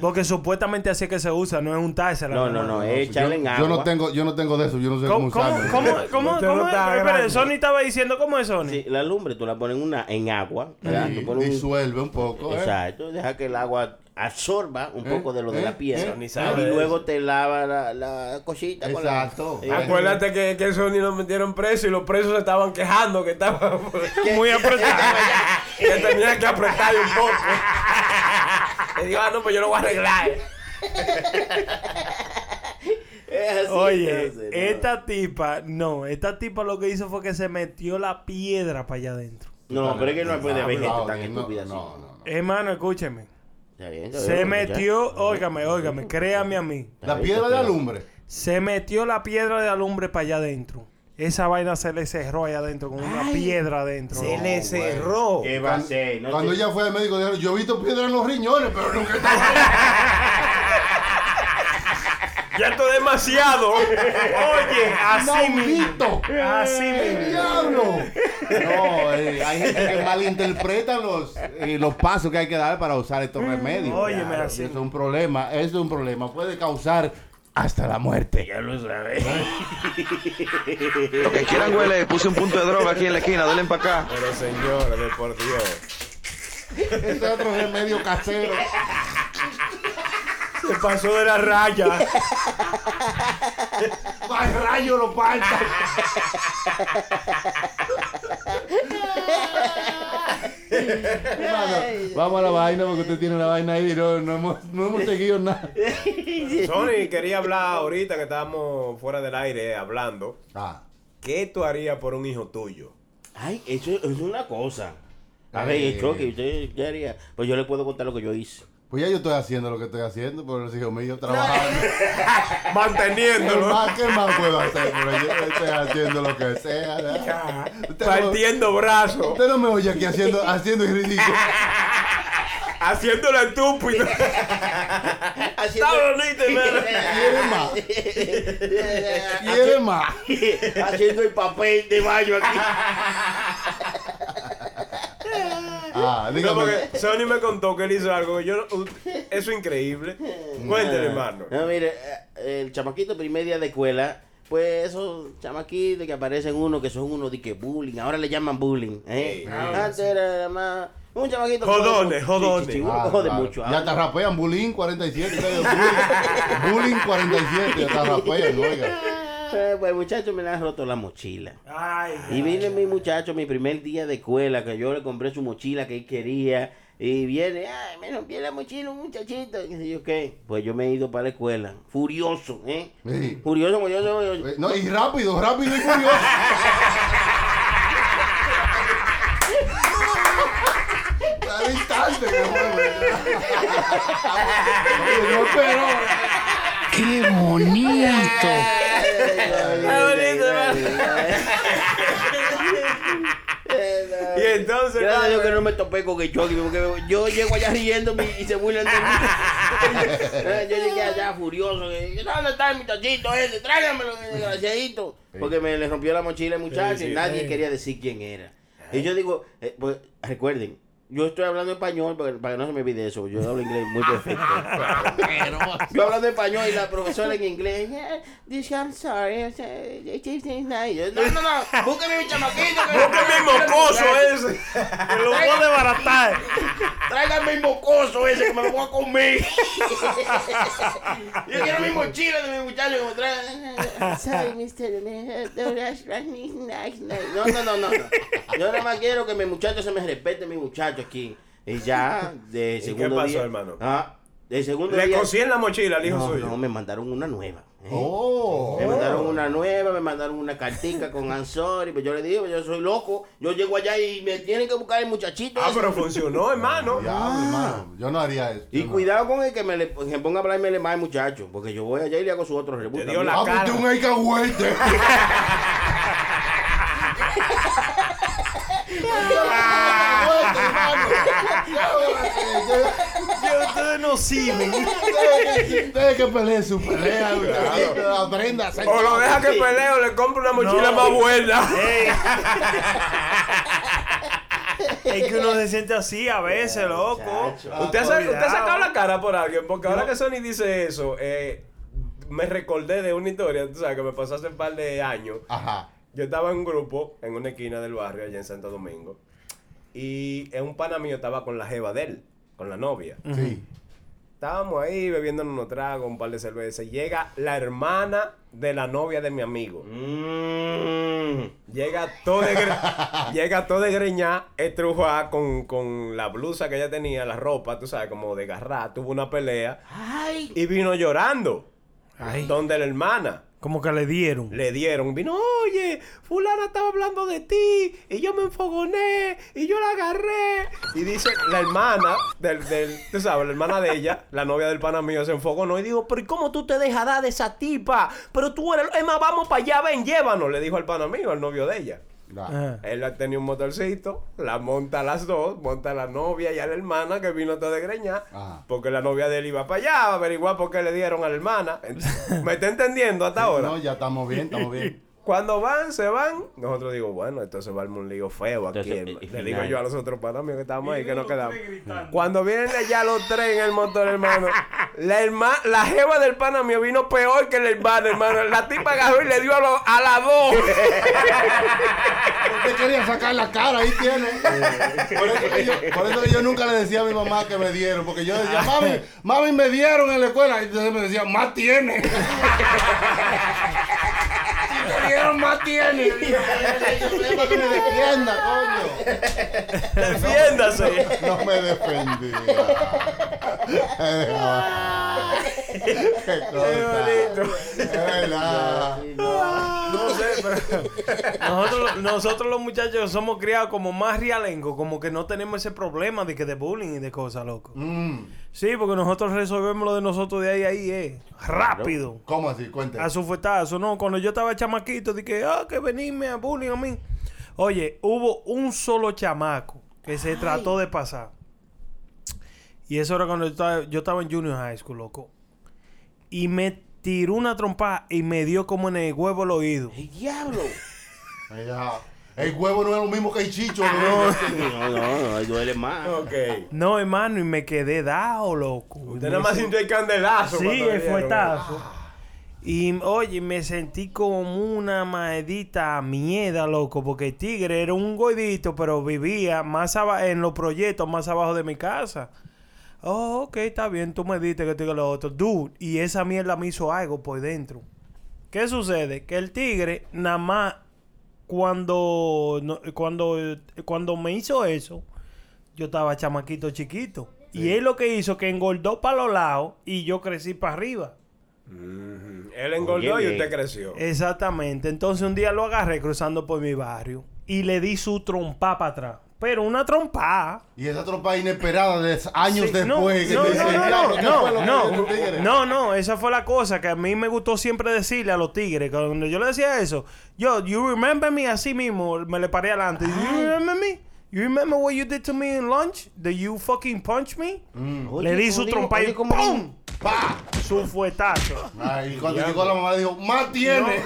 D: Porque supuestamente así es que se usa, no es un taser.
I: No, no, no, es
E: Yo,
I: echarle en agua.
E: yo no tengo, yo no tengo de eso, yo no sé cómo,
D: ¿Cómo, cómo,
E: usarlo.
D: cómo, cómo,
F: Usted no
D: cómo es?
F: está
D: Pero, espere,
F: grande.
D: Sony estaba diciendo, ¿cómo es Sony?
I: Sí, la lumbre tú la pones en una, en agua. ¿verdad?
E: Sí,
I: Tú pones un-
E: disuelve un poco. Mm, ¿eh?
I: Exacto, deja que el agua absorba un poco de lo de
E: eh,
I: la piel.
E: eh,
F: Ni
I: y
F: sabe de
I: luego te lava la, la cosita. con la-
E: Exacto.
D: Ah,
I: Eh,
D: pues,
F: Acuérdate que, que Sony lo metieron preso y los presos se estaban quejando que estaban
D: Muy apretado.
F: que tenía que apretar un poco. Le digo, ah, no, pues yo lo voy a arreglar.
I: es así,
D: Oye,
I: entonces, ¿no?
D: esta tipa, no, esta tipa lo que hizo fue que se metió la piedra para allá adentro.
I: No, pero es que no puede haber gente
E: Habla,
I: tan
E: Ah, no,
I: estúpida así.
E: no, no, no.
D: Hermano, escúcheme.
I: Está bien, está bien,
D: Se
I: ya.
D: metió, óigame, óigame, créame a mí.
E: La piedra de alumbre.
D: Se metió la piedra de alumbre para allá adentro. Esa vaina se le cerró allá adentro con una piedra adentro.
F: Se le cerró.
I: ¿Qué va a ser? No
E: Cuando
I: te-
E: ella fue al médico, dijeron, yo he visto piedra en los riñones, pero nunca estaba.
F: Ya esto es demasiado. ah,
D: Oye, así mismo.
E: ¡Maldito!
D: Así
E: ¡El
D: mismo.
E: diablo! No, eh, hay gente que malinterpreta los, eh, los pasos que hay que dar para usar estos remedios.
D: Óyeme,
E: Claro,
D: así.
E: Eso es un problema, eso es un problema. Puede causar hasta la muerte.
I: Ya lo sabes.
G: Lo que quieran, güey, le puse un punto de droga aquí en la esquina, denle para acá.
F: Pero señores, por Dios.
E: Ese es Este otro remedio casero.
F: Se pasó de la raya.
E: ¡Ay, rayo, lo parta! Hermano, vamos a la vaina porque usted tiene la vaina ahí. No, no hemos, no hemos seguido nada.
F: Sony, quería hablar ahorita que estábamos fuera del aire eh, hablando.
E: Ah,
F: ¿Qué tú harías por un hijo tuyo?
I: Ay, eso es una cosa. A ver,
E: Ay.
I: el choque, ¿usted qué haría? Pues yo le puedo contar lo que yo hice.
E: pues ya yo estoy haciendo lo que estoy haciendo por los hijos míos trabajando. Pero
F: Manteniéndolo.
E: más, ¿qué más puedo hacer? Pero yo estoy haciendo lo que sea. ¿no? Usted, no,
F: Partiendo brazos.
E: usted no me oye aquí haciendo, haciendo el ridículo.
F: Haciéndolo estúpido.
I: Haciendo-
E: Quiere más. Quiere más.
I: Haciendo el papel de baño aquí.
E: Ah,
F: No,
E: dígame.
F: porque Sony me contó que él hizo algo. que Yo, no- u- eso es increíble. Cuéntale, hermano.
I: No, mire, eh, el chamaquito primer día de escuela, pues esos chamaquitos que aparecen uno, que son uno de que bullying, ahora le llaman bullying. ¿eh? Antes era nada más Un chamaquito.
D: Jodones,
I: Sí,
D: jodones.
I: sí, sí, uno
E: Ah,
I: jode
E: claro.
I: mucho.
E: Ya te rapean Bulín 47. ustedes, Bulín, Bulín 47, ya te rapean, oiga.
I: Eh, pues el muchacho me le han roto la mochila.
D: Ay,
I: Y viene mi muchacho, mi primer día de escuela, que yo le compré su mochila que él quería. Y viene, ay, me rompió la mochila un muchachito. Y dije, ¿qué? Pues yo me he ido para la escuela. Furioso, ¿eh?
E: Sí.
I: Furioso, furioso, furioso.
E: Eh, No, y rápido, rápido y curioso. Al instante que fue, güey. No, pero.
B: ¡Qué bonito!
F: Ah, Y entonces,
I: Gracias a
F: nada,
I: Dios que no me topé con el choque, porque yo llego allá riéndome y se burlan de mí. Eh, yo llegué allá furioso. eh, ¿Dónde está el muchachito ese? Tráigamelo, eh, desgraciadito. Porque me le rompió la mochila el muchacho y nadie quería decir quién era. Y yo digo, eh, pues, recuerden, yo estoy hablando español para, para que no se me olvide eso. Yo hablo inglés muy perfecto. yo hablando español y la profesora en inglés. "Yeah, this- I'm sorry. it's, eh, it is nice". Yo, No, no, no. Búsqueme mi chamaquito. que-
D: Búsqueme mi mocoso ese. Que lo voy a desbaratar.
I: Tráigame el mocoso ese que me lo voy a comer. Yo quiero mi mochila de mi muchacho que me traiga. Sorry, Mr. No, no, no, no. no. Yo nada más quiero que mi muchacho se me respete, mi muchacho aquí. Y ya, de segundo
F: pasó,
I: día-
F: hermano?
I: Ah, de segundo
F: le
I: día.
F: cosían la mochila al hijo
I: no,
F: suyo.
I: no, me mandaron una nueva. ¿eh?
E: Oh.
I: Me mandaron una nueva, me mandaron una cartica con Ansori, pues yo le digo, yo soy loco, yo llego allá y me tienen que buscar el muchachito.
F: Ah,
I: ese.
F: pero funcionó, hermano.
E: Diablo, hermano. Yo no haría eso.
I: Y
E: yo no.
I: cuidado con el que me, le, que ponga a hablarme le más, muchacho, porque yo voy allá y le hago su otro reboot.
F: Te dio
E: Ah,
F: la
E: pues,
F: cara.
E: tú un alcahuete.
D: Yo, ustedes no sirven.
E: Ustedes que peleen su pelea, ustedes aprenda a hacer-
F: O lo deja que peleo, le compra una mochila
D: No.
F: más buena.
D: Ey. Es que uno se siente así a veces, loco.
F: ¿Usted, ha, usted ha
D: Cuidado.
F: sacado la cara por alguien, porque ahora que Sony dice eso, eh, me recordé de una historia, tú sabes, que me pasó hace un par de años.
E: Ajá.
F: Yo estaba en un grupo en una esquina del barrio allá en Santo Domingo. Y eh, un pana mío estaba con la jeva de él, con la novia.
E: Sí.
F: Estábamos ahí bebiendo unos tragos, un par de cervezas. Llega la hermana de la novia de mi amigo. Mm. Llega todo de gre- llega todo de greñá, estrujá con, con la blusa que ella tenía, la ropa, tú sabes, como de garra, tuvo una pelea y vino llorando. Donde la hermana
D: Como que le dieron.
F: le dieron, vino, oye, fulana estaba hablando de ti, y yo me enfogoné, y yo la agarré. Y dice, la hermana del, del tú sabes, la hermana de ella, la novia del pana mío, se enfogonó y dijo, pero ¿y cómo tú te dejas dar de esa tipa? Pero tú eres, es más, vamos para allá, ven, llévanos, le dijo al pana mío, al novio de ella.
E: Nah.
D: Ajá.
F: Él tenía un motorcito, la monta a las dos, monta a la novia y a la hermana que vino toda de greña,
E: Ajá.
F: porque la novia de él iba para allá a averiguar por qué le dieron a la hermana. ¿Me está entendiendo hasta ahora?
E: No, ya estamos bien, estamos bien.
F: Cuando van, se van. Nosotros digo, bueno, entonces va a armar un lío feo aquí.
I: Entonces,
F: hermano.
I: eh,
F: Le digo
I: final.
F: yo a los otros panas míos que estábamos ahí, que nos
D: los
F: quedamos.
D: tres gritando.
F: Cuando vienen de allá los tres en el motor, hermano. La, herma- la jeva del pana mío vino peor que la hermana, hermano. La tipa agarró y le dio a, los- a las dos.
E: Usted quería sacar la cara, ahí tiene. Por eso, que yo, por eso que yo nunca le decía a mi mamá que me dieron, porque yo decía, mami, mami, me dieron en la escuela. Y entonces me decía, más tiene. Si te dieron, más tiene. Yo digo, "Pero para que me defienda,
D: Defiéndase.
E: coño. No me defendí. Qué cosa. Es verdad.
F: No sé, pero.
D: Nosotros, nosotros los muchachos somos criados como más rialengo, como que no tenemos ese problema de que de bullying y de cosas, loco.
E: Mm,
D: Sí, porque nosotros resolvemos lo de nosotros de ahí a ahí, eh. Rápido.
E: ¿Cómo así? Cuéntame.
D: A su fuetazo, no. Cuando yo estaba chamaquito, dije, ah, que venirme a bullying a mí. Oye, hubo un solo chamaco que se trató de pasar. Y eso era cuando yo estaba, yo estaba en Junior High School, loco. Y me tiró una trompa y me dio como en el huevo el oído.
I: ¡El diablo!
E: Ya. El huevo no es lo mismo que el chicho.
D: Ah,
E: ¿no?
I: No, no, no, ahí duele más.
F: Ok.
D: No, hermano, y me quedé dado, loco.
F: Usted nada más sintió el candelazo.
D: Sí,
F: cuando le
D: el
F: dieron.
D: fuetazo. Y oye, me sentí como una maedita mierda, loco, porque el tigre era un godito, pero vivía más aba- en los proyectos más abajo de mi casa. Oh, ok, está bien, tú me diste que te digo lo otro. Dude, y esa mierda me hizo algo por dentro. ¿Qué sucede? Que el tigre, nada más cuando, no- cuando, cuando me hizo eso, yo estaba chamaquito chiquito. Y él lo que hizo que engordó para los lados y yo crecí para arriba.
F: Él engordó
I: Oye,
F: y usted
I: bien.
F: creció.
D: Exactamente. Entonces un día lo agarré cruzando por mi barrio y le di su trompa para atrás. Pero una trompa.
E: Y esa tropa inesperada de años
D: Sí, no,
E: después.
D: no,
E: que te
D: no,
E: dicen,
D: no,
E: "Diablo,
D: no,
E: ¿qué
D: no,
E: fue lo que
D: no,
E: hizo tu tigre?"
D: No, no, esa fue la cosa que a mí me gustó siempre decirle a los tigres. Cuando yo le decía eso, yo, you remember me así mismo, me le paré adelante. You remember me? You remember what you did to me in lunch? That you fucking punched me?
E: Mm,
I: Oye,
D: le di
I: ¿cómo
D: su
I: digo?
D: trompa y
I: Oye, ¿cómo
D: ¡pum!
I: digo?
E: Pa.
D: Su fuetazo.
E: Ay, y cuando llegó la mamá dijo, más tiene.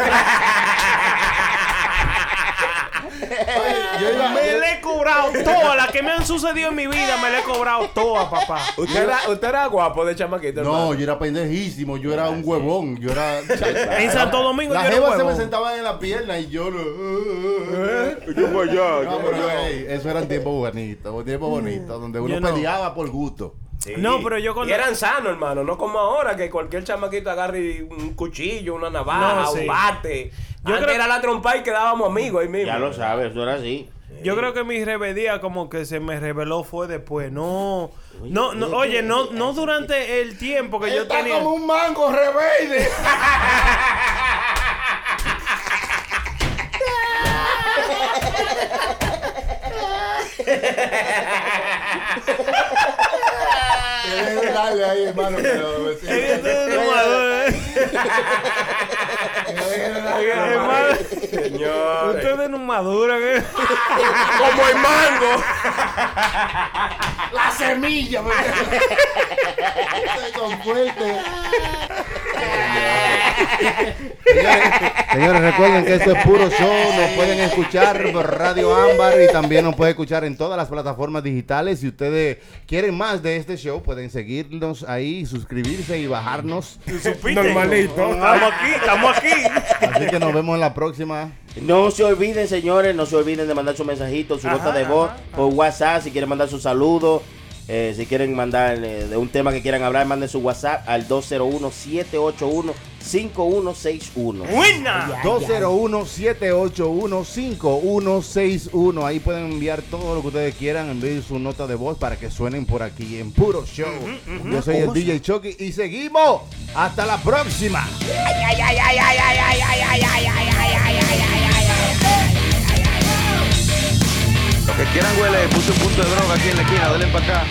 E: Oye, yo iba-
D: Me
E: yo-
D: le he cobrado todas las que me han sucedido en mi vida, me le he cobrado todas, papá.
F: Usted era, usted era guapo de chamaquito.
E: No,
F: hermano.
E: yo era pendejísimo, yo
G: Ah,
E: era un huevón, yo era...
D: En Santo Domingo
E: Las
D: yo era
E: jevas se me
D: huevón.
E: sentaban en la pierna y yo... uh,
G: Yo voy allá,
E: No, pero, ey, eso eran tiempos bonitos, tiempos bonitos, donde uno
D: Mm. Yo no.
E: peleaba por gusto.
F: Sí.
D: No, pero yo cuando-
F: Y eran sanos, hermano. No como ahora que cualquier chamaquito agarre un cuchillo, una navaja,
D: No, sí.
F: un bate.
D: Yo
F: Yo
D: creo-
F: era la trompa y quedábamos amigos ahí mismo.
I: Ya lo sabes, eso era así.
D: Yo creo que mi rebeldía como que se me reveló fue después. No, no, no, oye, no, no durante el tiempo que yo
E: Está
D: tenía.
E: como un mango rebelde. Tienes que darle ahí, hermano, pero me siento-
D: Ey, este es domador, eh.
E: Tienes que darle.
D: Hermano,
F: Señores.
D: eh. Ustedes no maduran, eh.
F: Como el mango.
E: La semilla, me- Estoy con fuerte. Señores, señores, recuerden que esto es puro show. Nos pueden escuchar por Radio Ámbar y también nos pueden escuchar en todas las plataformas digitales. Si ustedes quieren más de este show, pueden seguirnos ahí, suscribirse y bajarnos.
D: Supiste. Estamos aquí, estamos aquí.
E: Así que nos vemos en la próxima.
I: No se olviden, señores, no se olviden de mandar su mensajito, su nota de voz por WhatsApp, si quieren mandar su saludo, eh, si quieren mandar eh, de un tema que quieran hablar, manden su WhatsApp al 201-781-5161.
D: Buena.
E: 201-781-5161. Ahí pueden enviar todo lo que ustedes quieran, enviar su nota de voz para que suenen por aquí en puro show. Yo soy el DJ Chucky y seguimos. Hasta la próxima.
G: Los que quieran huele, puse un punto de droga aquí en la esquina, denle para acá.